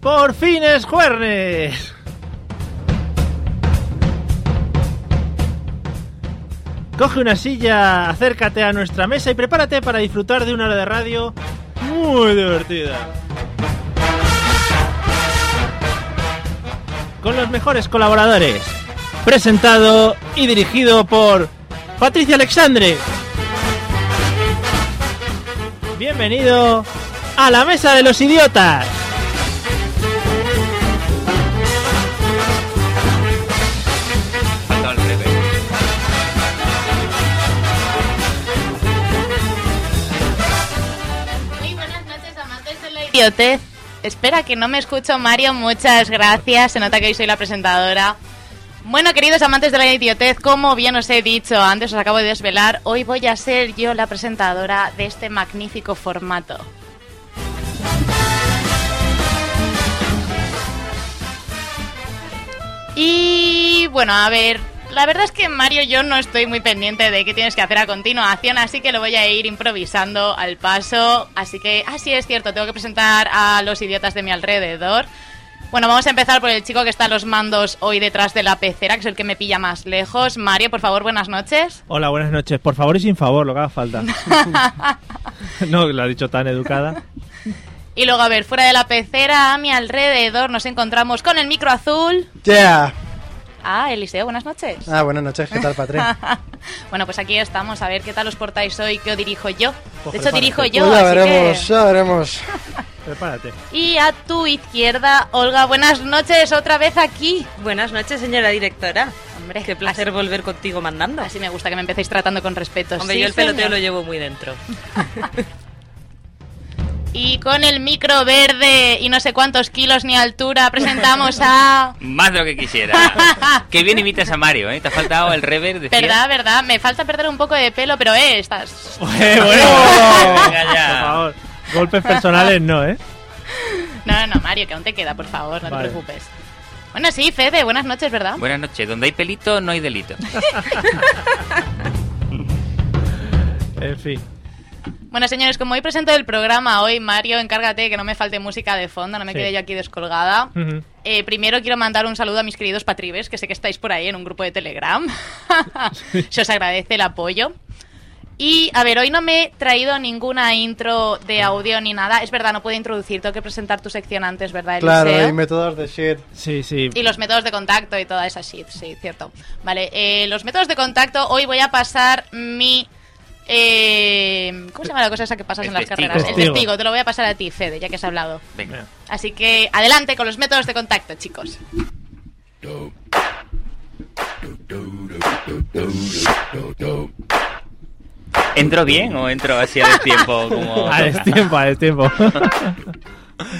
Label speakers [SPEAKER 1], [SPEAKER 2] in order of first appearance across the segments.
[SPEAKER 1] Por fin es jueves. Coge una silla, acércate a nuestra mesa y prepárate para disfrutar de una hora de radio muy divertida. Con los mejores colaboradores. Presentado y dirigido por Patricia Alexandre. Bienvenido a la Mesa de los Idiotas.
[SPEAKER 2] Muy buenas noches, amantes de la idiotez. Espera que no me escucho, Mario. Muchas gracias. Se nota que hoy soy la presentadora. Bueno, queridos amantes de la idiotez, como bien os he dicho antes, os acabo de desvelar, hoy voy a ser yo la presentadora de este magnífico formato. Y bueno, a ver, la verdad es que Mario yo no estoy muy pendiente de qué tienes que hacer a continuación, así que lo voy a ir improvisando al paso. Así que, ah, sí, es cierto, tengo que presentar a los idiotas de mi alrededor. Bueno, vamos a empezar por el chico que está a los mandos hoy detrás de la pecera, que es el que me pilla más lejos. Mario, por favor, buenas noches.
[SPEAKER 1] Hola, buenas noches. Por favor y sin favor, lo que haga falta. no, lo ha dicho tan educada.
[SPEAKER 2] Y luego, a ver, fuera de la pecera, a mi alrededor, nos encontramos con el micro azul.
[SPEAKER 3] Yeah.
[SPEAKER 2] Ah, Eliseo, buenas noches.
[SPEAKER 3] Ah, buenas noches, ¿qué tal, Patri?
[SPEAKER 2] bueno, pues aquí estamos, a ver qué tal os portáis hoy, qué os dirijo yo.
[SPEAKER 1] Pues
[SPEAKER 2] de hecho,
[SPEAKER 1] prepárate.
[SPEAKER 2] dirijo yo.
[SPEAKER 3] Pues ya
[SPEAKER 2] así que-
[SPEAKER 3] veremos, ya veremos.
[SPEAKER 1] Prepárate.
[SPEAKER 2] Y a tu izquierda, Olga, buenas noches otra vez aquí.
[SPEAKER 4] Buenas noches, señora directora.
[SPEAKER 2] Hombre,
[SPEAKER 4] Qué placer volver contigo mandando.
[SPEAKER 2] Así, así me gusta que me empecéis tratando con respeto.
[SPEAKER 4] Hombre,
[SPEAKER 2] Sí,
[SPEAKER 4] yo el peloteo
[SPEAKER 2] señor.
[SPEAKER 4] lo llevo muy dentro.
[SPEAKER 2] Y con el micro verde y no sé cuántos kilos ni altura, presentamos a.
[SPEAKER 5] Más de lo que quisiera. Qué bien imitas a Mario, ¿eh? Te ha faltado el rever de cien.
[SPEAKER 2] ¿Verdad, verdad? Me falta perder un poco de pelo, pero eh, estás.
[SPEAKER 1] Eh, bueno.
[SPEAKER 5] Venga ya.
[SPEAKER 1] Por favor, golpes personales no, ¿eh?
[SPEAKER 2] No, no, no, Mario, que aún te queda, por favor, no
[SPEAKER 1] Vale.
[SPEAKER 2] te preocupes. Bueno, sí, Fede, buenas noches, ¿verdad?
[SPEAKER 5] Buenas noches. Donde hay pelito, no hay delito.
[SPEAKER 1] En fin.
[SPEAKER 2] Bueno, señores, como hoy presento el programa, hoy Mario, encárgate que no me falte música de fondo, no me
[SPEAKER 1] Sí.
[SPEAKER 2] quede yo aquí descolgada.
[SPEAKER 3] Mm.
[SPEAKER 1] Ujú.
[SPEAKER 2] Eh, primero quiero mandar un saludo a mis queridos patribes, que sé que estáis por ahí en un grupo de Telegram. Se os agradece el apoyo. Y, a ver, hoy no me he traído ninguna intro de audio ni nada. Es verdad, no puedo introducir, tengo que presentar tu sección antes, ¿verdad,
[SPEAKER 3] Claro,
[SPEAKER 2] Eliseo?
[SPEAKER 3] y métodos de shit.
[SPEAKER 1] Sí, sí.
[SPEAKER 2] Y los métodos de contacto y toda esa shit, sí, cierto. Vale, eh, los métodos de contacto, hoy voy a pasar mi... eh, ¿Cómo se llama la cosa esa que pasas
[SPEAKER 5] El
[SPEAKER 2] en las
[SPEAKER 5] testigo.
[SPEAKER 2] carreras? El
[SPEAKER 1] Testigo.
[SPEAKER 2] testigo, te lo voy a pasar a ti, Fede, ya que has hablado.
[SPEAKER 5] Venga.
[SPEAKER 2] Así que adelante con los métodos de contacto, chicos.
[SPEAKER 5] ¿Entro bien o entro así a tiempo? Como...
[SPEAKER 1] A destiempo, a destiempo.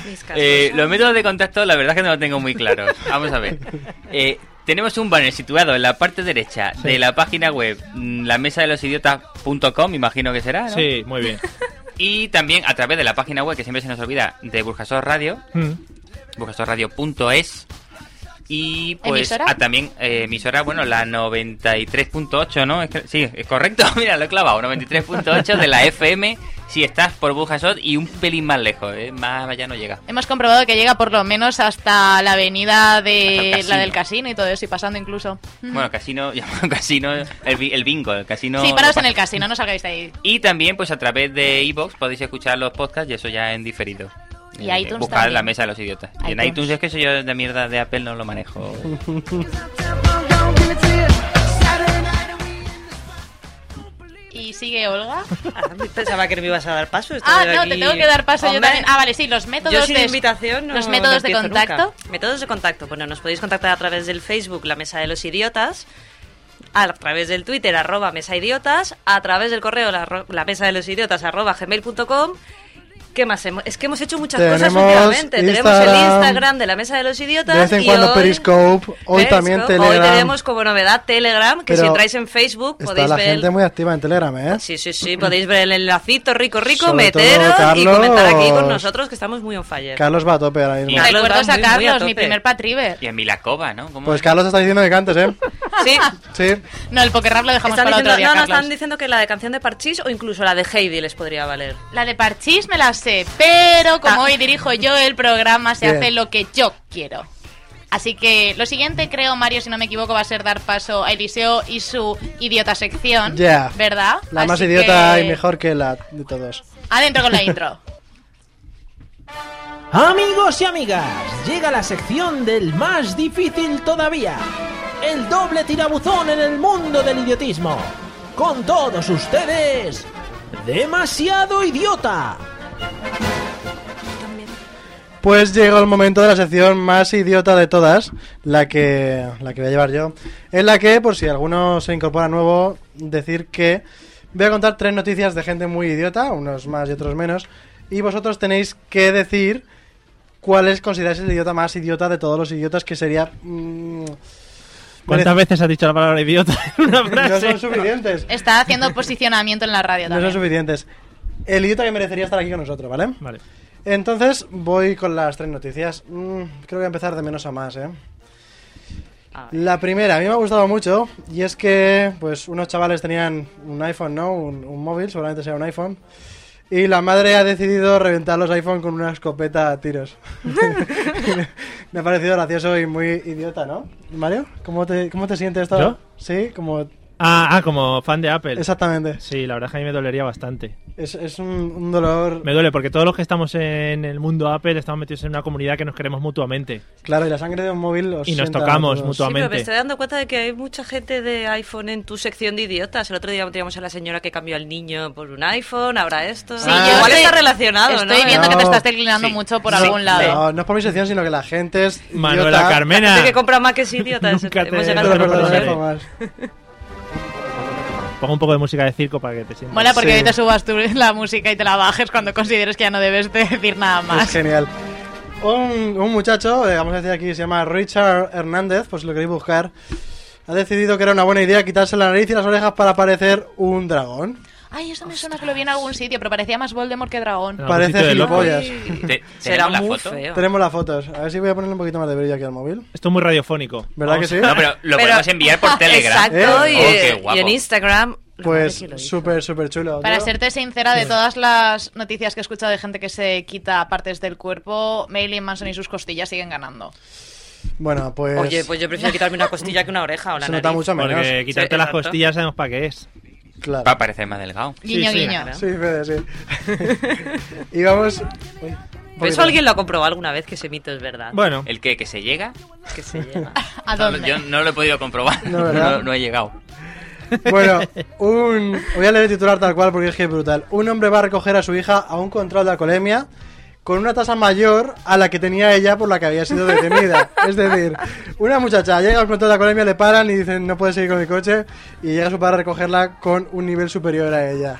[SPEAKER 4] Mis
[SPEAKER 5] Eh, los métodos de contacto, la verdad es que no lo tengo muy claro. Vamos a ver. Eh, tenemos un banner situado en la parte derecha de la página web, mm, lamesadelosidiotas.com, imagino que será, ¿no?
[SPEAKER 1] Sí, muy bien.
[SPEAKER 5] Y también a través de la página web, que siempre se nos olvida, de Burjasor Radio, burjasorradio.es y pues
[SPEAKER 2] ¿Emisora?
[SPEAKER 5] ah, también eh, emisora, bueno, la 93.8, ¿no? Es que- sí, es correcto, mira, lo he clavado, 93.8 de la FM si estás por Burjasot y un pelín más lejos, ¿eh? más allá no llega.
[SPEAKER 2] Hemos comprobado que llega por lo menos hasta la avenida
[SPEAKER 5] Hasta
[SPEAKER 2] de
[SPEAKER 5] el
[SPEAKER 2] la
[SPEAKER 5] casino.
[SPEAKER 2] del casino y todo eso, y pasando incluso.
[SPEAKER 5] Bueno, casino, llamado casino, el, bi- el bingo, el casino.
[SPEAKER 2] sí, paraos en el casino, no salgáis de ahí.
[SPEAKER 5] Y también pues a través de iBox podéis escuchar los podcasts y eso ya en diferido.
[SPEAKER 2] Y
[SPEAKER 5] Eh,
[SPEAKER 2] iTunes
[SPEAKER 5] Buscar
[SPEAKER 2] también.
[SPEAKER 5] la mesa de los idiotas. Y en
[SPEAKER 2] iTunes.
[SPEAKER 5] iTunes es que eso yo de mierda de Apple no lo manejo.
[SPEAKER 2] Y sigue Olga.
[SPEAKER 4] pensaba que me ibas a dar paso. estoy
[SPEAKER 2] Ah,
[SPEAKER 4] yo
[SPEAKER 2] no,
[SPEAKER 4] aquí-
[SPEAKER 2] te tengo que dar paso yo
[SPEAKER 4] Hombre,
[SPEAKER 2] también. Ah, vale, sí, los métodos
[SPEAKER 4] Yo sin
[SPEAKER 2] de
[SPEAKER 4] invitación no-
[SPEAKER 2] los métodos
[SPEAKER 4] no
[SPEAKER 2] de
[SPEAKER 4] empiezo
[SPEAKER 2] contacto.
[SPEAKER 4] nunca. Métodos de contacto. Bueno, nos podéis contactar a través del Facebook, La Mesa de los Idiotas. a través del Twitter arroba mesaidiotas, a través del correo la, ro- la mesa de los idiotas arroba gmail.com. ¿Qué más hemos? Es que hemos hecho muchas cosas
[SPEAKER 3] Tenemos
[SPEAKER 4] últimamente. Tenemos el
[SPEAKER 3] Instagram.
[SPEAKER 4] Instagram de la mesa de los idiotas.
[SPEAKER 3] De vez en
[SPEAKER 4] y
[SPEAKER 3] cuando
[SPEAKER 4] hoy-
[SPEAKER 3] Periscope, hoy también
[SPEAKER 4] Periscope. Hoy
[SPEAKER 3] Telegram.
[SPEAKER 4] tenemos como novedad Telegram, que si
[SPEAKER 3] Pero
[SPEAKER 4] entráis en Facebook
[SPEAKER 3] Está
[SPEAKER 4] podéis
[SPEAKER 3] la
[SPEAKER 4] ver...
[SPEAKER 3] gente muy activa en Telegram, ¿eh?
[SPEAKER 4] Sí, sí, sí, podéis ver el enlacito rico, rico,
[SPEAKER 3] Sobre todo,
[SPEAKER 4] meteros y
[SPEAKER 3] Carlos.
[SPEAKER 4] comentar aquí con nosotros que estamos muy on fire.
[SPEAKER 3] Carlos va a tope ahora mismo.
[SPEAKER 5] Y- Carlos
[SPEAKER 2] Recuerdos
[SPEAKER 4] va
[SPEAKER 2] a
[SPEAKER 4] muy, muy a
[SPEAKER 2] Carlos, mi
[SPEAKER 4] tope.
[SPEAKER 2] primer patriver.
[SPEAKER 5] Y a Milakova, ¿no? ¿Cómo
[SPEAKER 3] Pues
[SPEAKER 5] es?
[SPEAKER 3] Carlos está diciendo que cantes, ¿eh?
[SPEAKER 4] Sí,
[SPEAKER 3] Sí.
[SPEAKER 2] No, el poker rap lo dejamos
[SPEAKER 4] están
[SPEAKER 2] para
[SPEAKER 4] diciendo,
[SPEAKER 2] otro día,
[SPEAKER 4] no, no,
[SPEAKER 2] Carlos.
[SPEAKER 4] están diciendo que la de canción de Parchís o incluso la de Heidi les podría valer.
[SPEAKER 2] La de Parchís me la sé, pero como
[SPEAKER 4] Ah.
[SPEAKER 2] hoy dirijo yo el programa, se
[SPEAKER 3] Bien.
[SPEAKER 2] hace lo que yo quiero. Así que lo siguiente, creo, Mario, si no me equivoco, va a ser dar paso a Eliseo y su idiota sección.
[SPEAKER 3] Ya.
[SPEAKER 2] ¿Verdad?
[SPEAKER 3] La más
[SPEAKER 2] Así
[SPEAKER 3] idiota
[SPEAKER 2] que,
[SPEAKER 3] y mejor que la de todos.
[SPEAKER 2] Adentro con la intro.
[SPEAKER 6] Amigos y amigas, llega la sección del más difícil todavía. El doble tirabuzón en el mundo del idiotismo. Con todos ustedes, demasiado idiota.
[SPEAKER 3] Pues llegó el momento de la sección más idiota de todas, la que, la que voy a llevar yo. En la que, por si alguno se incorpora nuevo, decir que voy a contar tres noticias de gente muy idiota, unos más y otros menos, y vosotros tenéis que decir cuáles consideráis el idiota más idiota de todos los idiotas, que sería... mm,
[SPEAKER 1] ¿Cuántas veces has dicho la palabra idiota en una
[SPEAKER 3] no
[SPEAKER 1] frase?
[SPEAKER 3] son suficientes.
[SPEAKER 2] Está haciendo posicionamiento en la radio
[SPEAKER 3] No son
[SPEAKER 2] también.
[SPEAKER 3] suficientes. El idiota que merecería estar aquí con nosotros, ¿vale?
[SPEAKER 1] Vale.
[SPEAKER 3] Entonces, voy con las tres noticias. Mm, creo que voy a empezar de menos a más, ¿eh?
[SPEAKER 4] A ver.
[SPEAKER 3] La primera, a mí me ha gustado mucho, y es que pues unos chavales tenían un iPhone, ¿no? Un, un móvil, seguramente sea un iPhone. Y la madre ha decidido reventar los iPhone con una escopeta a tiros. me ha parecido gracioso y muy idiota, ¿no? Mario, ¿cómo te, cómo te sientes esto?
[SPEAKER 1] ¿Yo?
[SPEAKER 3] Sí, como...
[SPEAKER 1] Ah, ah, como fan de Apple.
[SPEAKER 3] Exactamente.
[SPEAKER 1] Sí, la verdad es que a mí me dolería bastante.
[SPEAKER 3] Es, es un, un dolor...
[SPEAKER 1] Me duele porque todos los que estamos en el mundo Apple estamos metidos en una comunidad que nos queremos mutuamente.
[SPEAKER 3] Claro, y la sangre de un móvil... os
[SPEAKER 1] Y nos
[SPEAKER 3] sienta a
[SPEAKER 1] tocamos
[SPEAKER 3] todos.
[SPEAKER 1] mutuamente.
[SPEAKER 4] Sí, pero me estoy dando cuenta de que hay mucha gente de iPhone en tu sección de idiotas. El otro día teníamos a la señora que cambió al niño por un iPhone, ahora esto.
[SPEAKER 2] Sí,
[SPEAKER 3] Ah.
[SPEAKER 2] yo
[SPEAKER 4] Igual
[SPEAKER 2] estoy-
[SPEAKER 4] está relacionado,
[SPEAKER 2] Estoy
[SPEAKER 4] ¿no?
[SPEAKER 2] viendo que te
[SPEAKER 3] No.
[SPEAKER 2] estás declinando
[SPEAKER 5] Sí.
[SPEAKER 2] mucho por
[SPEAKER 5] Sí.
[SPEAKER 2] algún lado.
[SPEAKER 3] No, no es por mi sección, sino que la gente es...
[SPEAKER 1] Manuela
[SPEAKER 3] idiota.
[SPEAKER 4] La
[SPEAKER 1] Carmena.
[SPEAKER 4] gente que compra más que es idiota. es-
[SPEAKER 1] Nunca te-
[SPEAKER 4] hemos
[SPEAKER 3] Pero
[SPEAKER 4] llegado a
[SPEAKER 1] Perdón,
[SPEAKER 3] perdón,
[SPEAKER 4] ese
[SPEAKER 1] perdón,
[SPEAKER 4] punto.
[SPEAKER 3] dejo
[SPEAKER 1] eh.
[SPEAKER 3] más.
[SPEAKER 1] Pongo un poco de música de circo para que te sientas.
[SPEAKER 2] Mola porque
[SPEAKER 3] Sí.
[SPEAKER 2] ahorita subas tú la música y te la bajes cuando consideres que ya no debes de decir nada
[SPEAKER 3] Es
[SPEAKER 2] más.
[SPEAKER 3] genial. Un, un muchacho, eh, vamos a decir aquí, se llama Richard Hernández, pues si lo queréis buscar, ha decidido que era una buena idea quitarse la nariz y las orejas para parecer un dragón.
[SPEAKER 2] Ay, eso me suena que lo vi en algún sitio, pero parecía más Voldemort que dragón.
[SPEAKER 1] No,
[SPEAKER 3] Parece
[SPEAKER 1] sitio de locos.
[SPEAKER 3] gilipollas.
[SPEAKER 5] ¿Te-
[SPEAKER 4] Será
[SPEAKER 5] tenemos la
[SPEAKER 4] muy
[SPEAKER 5] foto?
[SPEAKER 4] feo.
[SPEAKER 3] Tenemos las fotos. A ver si voy a ponerle un poquito más de brillo aquí al móvil.
[SPEAKER 1] Esto es muy radiofónico.
[SPEAKER 3] ¿Verdad ¿Ah, que sí?
[SPEAKER 5] No, pero
[SPEAKER 4] Oh, Pero-
[SPEAKER 5] lo podemos enviar por Telegram.
[SPEAKER 4] Exacto,
[SPEAKER 3] ¿Eh?
[SPEAKER 4] y,
[SPEAKER 5] Oh, qué
[SPEAKER 4] y en
[SPEAKER 5] guapo.
[SPEAKER 4] Instagram. la
[SPEAKER 3] Pues
[SPEAKER 4] madre que lo hizo.
[SPEAKER 3] súper, súper chulo.
[SPEAKER 2] Para
[SPEAKER 3] Yo-
[SPEAKER 2] serte sincera, de todas las noticias que he escuchado de gente que se quita partes del cuerpo, Marilyn Manson y sus costillas siguen ganando.
[SPEAKER 3] Bueno, pues...
[SPEAKER 4] Oye, pues yo prefiero quitarme una costilla que una oreja o la
[SPEAKER 3] se nota
[SPEAKER 4] nariz.
[SPEAKER 3] mucho menos.
[SPEAKER 1] Porque quitarte
[SPEAKER 4] Sí,
[SPEAKER 1] las
[SPEAKER 4] exacto.
[SPEAKER 1] costillas sabemos para qué es.
[SPEAKER 3] Claro.
[SPEAKER 5] Va a parecer más delgado.
[SPEAKER 2] Guiño,
[SPEAKER 1] sí.
[SPEAKER 2] guiño.
[SPEAKER 4] Claro.
[SPEAKER 3] Sí, Fede, sí. y vamos... Uy, un
[SPEAKER 4] Pero eso
[SPEAKER 3] poquito.
[SPEAKER 4] alguien lo ha comprobado alguna vez, que ese mito es verdad.
[SPEAKER 1] Bueno,
[SPEAKER 5] ¿El qué? ¿Que se llega?
[SPEAKER 4] Que se llega.
[SPEAKER 2] ¿A
[SPEAKER 5] No,
[SPEAKER 2] dónde?
[SPEAKER 5] yo no lo he podido comprobar.
[SPEAKER 3] No, ¿verdad?
[SPEAKER 5] no he llegado.
[SPEAKER 3] Bueno, un... voy a leer el titular tal cual porque es que es brutal. Un hombre va a recoger a su hija a un control de alcoholemia con una tasa mayor a la que tenía ella por la que había sido detenida. Es decir, una muchacha llega al control de alcoholemia, le paran y dicen no puedes seguir con el coche y llega su padre a recogerla con un nivel superior a ella.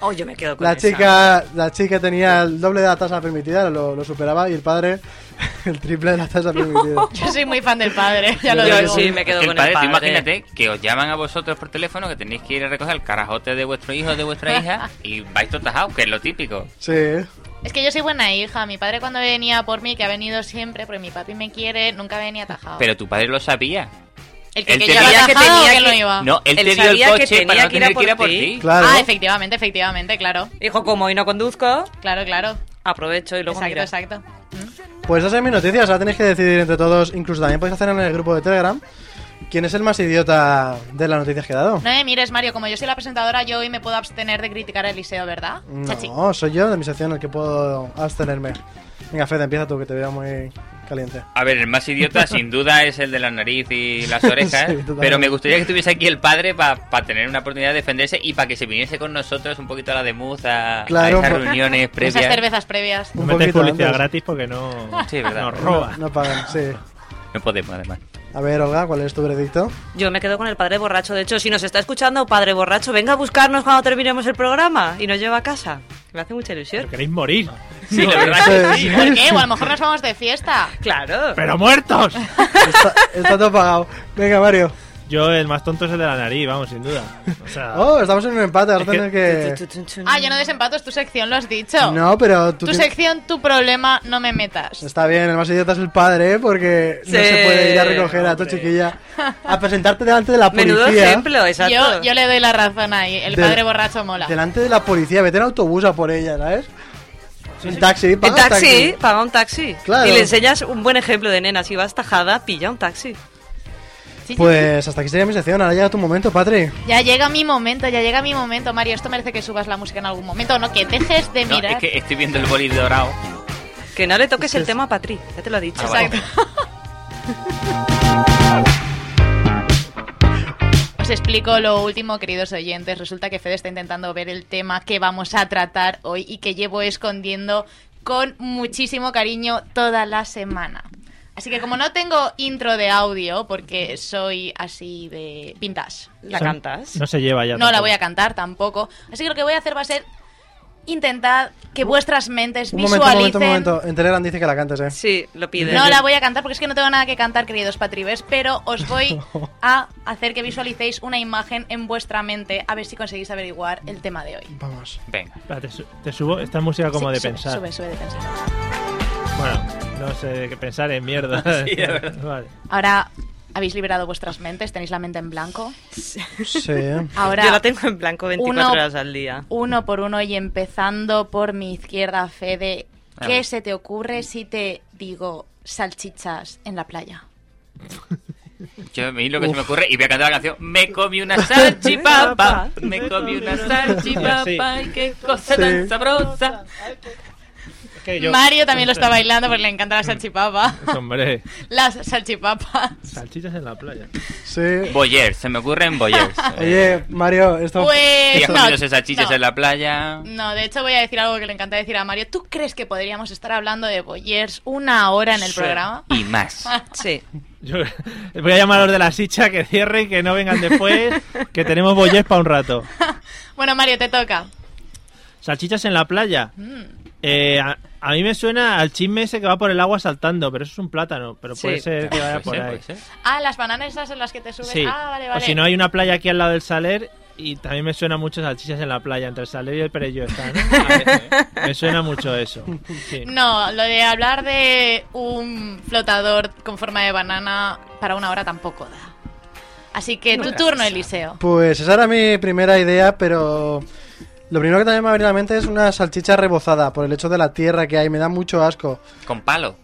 [SPEAKER 4] Oh, yo me quedo con
[SPEAKER 3] La
[SPEAKER 4] esa.
[SPEAKER 3] chica, la chica tenía el doble de la tasa permitida, lo, lo superaba y el padre el triple de la tasa permitida.
[SPEAKER 2] Yo soy muy fan del padre, ya lo
[SPEAKER 4] Yo
[SPEAKER 2] digo.
[SPEAKER 4] sí me quedo
[SPEAKER 5] Es que
[SPEAKER 4] con el
[SPEAKER 5] el padre, tú
[SPEAKER 4] padre.
[SPEAKER 5] imagínate que os llaman a vosotros por teléfono que tenéis que ir a recoger el carajote de vuestro hijo de vuestra hija y vais totajados, que es lo típico.
[SPEAKER 3] Sí.
[SPEAKER 2] Es que yo soy buena hija. Mi padre cuando venía por mí, que ha venido siempre, porque mi papi me quiere, nunca venía atajado.
[SPEAKER 5] Pero tu padre lo sabía.
[SPEAKER 2] el que,
[SPEAKER 5] él
[SPEAKER 2] que
[SPEAKER 5] te
[SPEAKER 2] yo iba
[SPEAKER 5] veía
[SPEAKER 4] que
[SPEAKER 2] atajado o
[SPEAKER 4] tenía
[SPEAKER 2] que él no
[SPEAKER 4] que-
[SPEAKER 2] iba.
[SPEAKER 5] No,
[SPEAKER 4] Él
[SPEAKER 5] él, te dio el
[SPEAKER 4] sabía que
[SPEAKER 5] coche para
[SPEAKER 4] tenía
[SPEAKER 5] no
[SPEAKER 4] que ir a
[SPEAKER 5] tener que ir a por
[SPEAKER 4] por
[SPEAKER 5] ti.
[SPEAKER 3] Claro.
[SPEAKER 2] Ah, efectivamente, efectivamente, claro.
[SPEAKER 4] Dijo, como hoy no conduzco,
[SPEAKER 2] Claro, claro.
[SPEAKER 4] aprovecho y luego
[SPEAKER 2] Exacto,
[SPEAKER 4] mira.
[SPEAKER 2] exacto.
[SPEAKER 3] Pues esas son mis noticias, ahora tenéis que decidir entre todos, incluso también podéis hacer en el grupo de Telegram, quién es el más idiota de las noticias que he dado.
[SPEAKER 2] No me mires, Mario, como yo soy la presentadora, yo hoy me puedo abstener de criticar a Eliseo, ¿verdad? Chachi.
[SPEAKER 3] No, soy yo de mi sección el que puedo abstenerme. Venga, Fede, empieza tú, que te veo muy caliente.
[SPEAKER 5] A ver, el más idiota sin duda es el de la nariz y las orejas,
[SPEAKER 3] Sí, totalmente.
[SPEAKER 5] pero me gustaría que estuviese aquí el padre para tener una oportunidad de defenderse y para que se viniese con nosotros un poquito a la de muza,
[SPEAKER 3] Claro,
[SPEAKER 5] a esas
[SPEAKER 3] por-
[SPEAKER 5] reuniones
[SPEAKER 2] Esas
[SPEAKER 5] previas.
[SPEAKER 2] cervezas previas.
[SPEAKER 1] no
[SPEAKER 3] Un
[SPEAKER 1] metes
[SPEAKER 3] poquito
[SPEAKER 1] publicidad
[SPEAKER 3] antes.
[SPEAKER 1] gratis porque no
[SPEAKER 5] Sí, verdad.
[SPEAKER 1] nos roba.
[SPEAKER 3] No pagan, sí.
[SPEAKER 5] No podemos, además.
[SPEAKER 3] A ver, Olga, ¿cuál es tu veredicto?
[SPEAKER 4] Yo me quedo con el padre borracho. De hecho, si nos está escuchando, padre borracho, venga a buscarnos cuando terminemos el programa y nos lleva a casa. Me hace mucha ilusión.
[SPEAKER 1] Pero queréis morir.
[SPEAKER 5] Sí, la verdad es que sí.
[SPEAKER 2] ¿Por qué? O a lo mejor nos vamos de fiesta.
[SPEAKER 4] Claro.
[SPEAKER 1] ¡Pero muertos!
[SPEAKER 3] Está, está todo pagado. Venga, Mario.
[SPEAKER 1] Yo, el más tonto es el de la nariz, vamos, sin duda. O sea,
[SPEAKER 3] Oh, estamos en un empate, ahora tener que...
[SPEAKER 2] Ah, yo no desempato, es tu sección, lo has dicho.
[SPEAKER 3] No, pero tú...
[SPEAKER 2] Tu
[SPEAKER 3] tienes-
[SPEAKER 2] sección, tu problema, no me metas.
[SPEAKER 3] Está bien, el más idiota es el padre, ¿eh? porque no
[SPEAKER 4] Sí,
[SPEAKER 3] se puede ir a recoger a tu chiquilla a presentarte delante de la
[SPEAKER 4] Menudo
[SPEAKER 3] policía.
[SPEAKER 4] ejemplo, exacto.
[SPEAKER 2] Yo, yo le doy la razón ahí. El
[SPEAKER 3] Del-
[SPEAKER 2] padre borracho mola.
[SPEAKER 3] Delante de la policía, vete en autobús a por ella, ¿sabes? Un taxi,
[SPEAKER 4] El
[SPEAKER 3] paga un
[SPEAKER 4] taxi, paga un taxi.
[SPEAKER 3] Claro.
[SPEAKER 4] Y le enseñas un buen ejemplo de nena. Si vas tajada, pilla un taxi.
[SPEAKER 2] Sí, sí,
[SPEAKER 3] Pues hasta aquí sería mi sección, ahora llega tu momento, Patri.
[SPEAKER 2] sí. Ya llega mi momento, ya llega mi momento, Mario. Esto merece que subas la música en algún momento, ¿no? Que dejes de
[SPEAKER 5] No,
[SPEAKER 2] mirar.
[SPEAKER 5] es que estoy viendo el boli dorado.
[SPEAKER 4] Que no le toques el tema a Patri, ya te lo he dicho.
[SPEAKER 5] Ah, vale.
[SPEAKER 2] Exacto. Os explico lo último, queridos oyentes. Resulta que Fede está intentando ver el tema que vamos a tratar hoy y que llevo escondiendo con muchísimo cariño toda la semana. Así que como no tengo intro de audio, porque soy así de pintas,
[SPEAKER 4] ¿La cantas?
[SPEAKER 1] no se lleva ya.
[SPEAKER 2] no la
[SPEAKER 1] tampoco.
[SPEAKER 2] voy a cantar tampoco. Así que lo que voy a hacer va a ser intentar que vuestras mentes
[SPEAKER 3] Un momento, un
[SPEAKER 2] visualicen
[SPEAKER 3] momento, un momento. En Telegram dice que la cantes, ¿eh?
[SPEAKER 4] Sí, lo pide.
[SPEAKER 2] no la voy a cantar porque es que no tengo nada que cantar, queridos patribes, pero os voy a hacer que visualicéis una imagen en vuestra mente a ver si conseguís averiguar el tema de hoy.
[SPEAKER 3] Vamos.
[SPEAKER 5] Venga.
[SPEAKER 1] Espera, Ah, te, su- te subo esta música como
[SPEAKER 2] Sí,
[SPEAKER 1] de
[SPEAKER 2] sube,
[SPEAKER 1] pensar.
[SPEAKER 2] Sube, sube de pensar.
[SPEAKER 1] Bueno, no sé de qué pensar en mierda.
[SPEAKER 5] Sí, de verdad.
[SPEAKER 1] Vale.
[SPEAKER 2] Ahora habéis liberado vuestras mentes, tenéis la mente en blanco.
[SPEAKER 3] Sí.
[SPEAKER 2] Ahora
[SPEAKER 4] Yo la tengo en blanco 24
[SPEAKER 2] Uno-
[SPEAKER 4] horas al día.
[SPEAKER 2] uno por uno y empezando por mi izquierda, Fede,
[SPEAKER 5] A
[SPEAKER 2] ¿qué
[SPEAKER 5] ver.
[SPEAKER 2] se te ocurre si te digo salchichas en la playa?
[SPEAKER 5] Yo me lo que se me ocurre y voy a cantar la canción. Me comí una salchipapa. Me comí una salchipapa. Y qué cosa
[SPEAKER 3] Sí.
[SPEAKER 5] tan sabrosa.
[SPEAKER 1] Es que yo-
[SPEAKER 2] Mario también lo está bailando porque le encanta la salchipapa.
[SPEAKER 1] Hombre,
[SPEAKER 2] Las salchipapas.
[SPEAKER 1] salchichas en la playa.
[SPEAKER 3] Sí.
[SPEAKER 5] Boyers, se me ocurren Boyers. Eh,
[SPEAKER 3] Oye, Mario, esto...
[SPEAKER 2] Pues.
[SPEAKER 5] Días
[SPEAKER 2] no,
[SPEAKER 5] comiéndose salchichas
[SPEAKER 2] no.
[SPEAKER 5] en la playa.
[SPEAKER 2] No, de hecho voy a decir algo que le encanta decir a Mario. ¿Tú crees que podríamos estar hablando de Boyers una hora en el
[SPEAKER 4] Sí.
[SPEAKER 2] programa?
[SPEAKER 5] Y más.
[SPEAKER 4] Sí.
[SPEAKER 1] Yo- voy a llamar a los de la sicha que cierren, que no vengan después, que tenemos bollés para un rato.
[SPEAKER 2] Bueno, Mario, te toca.
[SPEAKER 1] Salchichas en la playa.
[SPEAKER 2] Mm.
[SPEAKER 1] Eh, a, a mí me suena al chisme ese que va por el agua saltando, pero eso es un plátano, pero
[SPEAKER 4] Sí.
[SPEAKER 1] puede ser que vaya
[SPEAKER 5] Puede
[SPEAKER 1] por
[SPEAKER 5] ser,
[SPEAKER 1] ahí.
[SPEAKER 5] puede ser.
[SPEAKER 2] Ah, las bananas esas en las que te subes.
[SPEAKER 1] Sí.
[SPEAKER 2] Ah, vale,
[SPEAKER 1] O
[SPEAKER 2] vale.
[SPEAKER 1] si no, hay una playa aquí al lado del Saler y también me suena mucho salchichas en la playa, entre el Saler y el Perello está, ¿no? eh, me suena mucho eso. Sí.
[SPEAKER 2] No, lo de hablar de un flotador con forma de banana para una hora tampoco da. Así que tu turno, Eliseo.
[SPEAKER 3] Pues esa era mi primera idea, pero lo primero que también me ha venido a la mente es una salchicha rebozada por el hecho de la tierra que hay, me da mucho asco.
[SPEAKER 5] Con palo.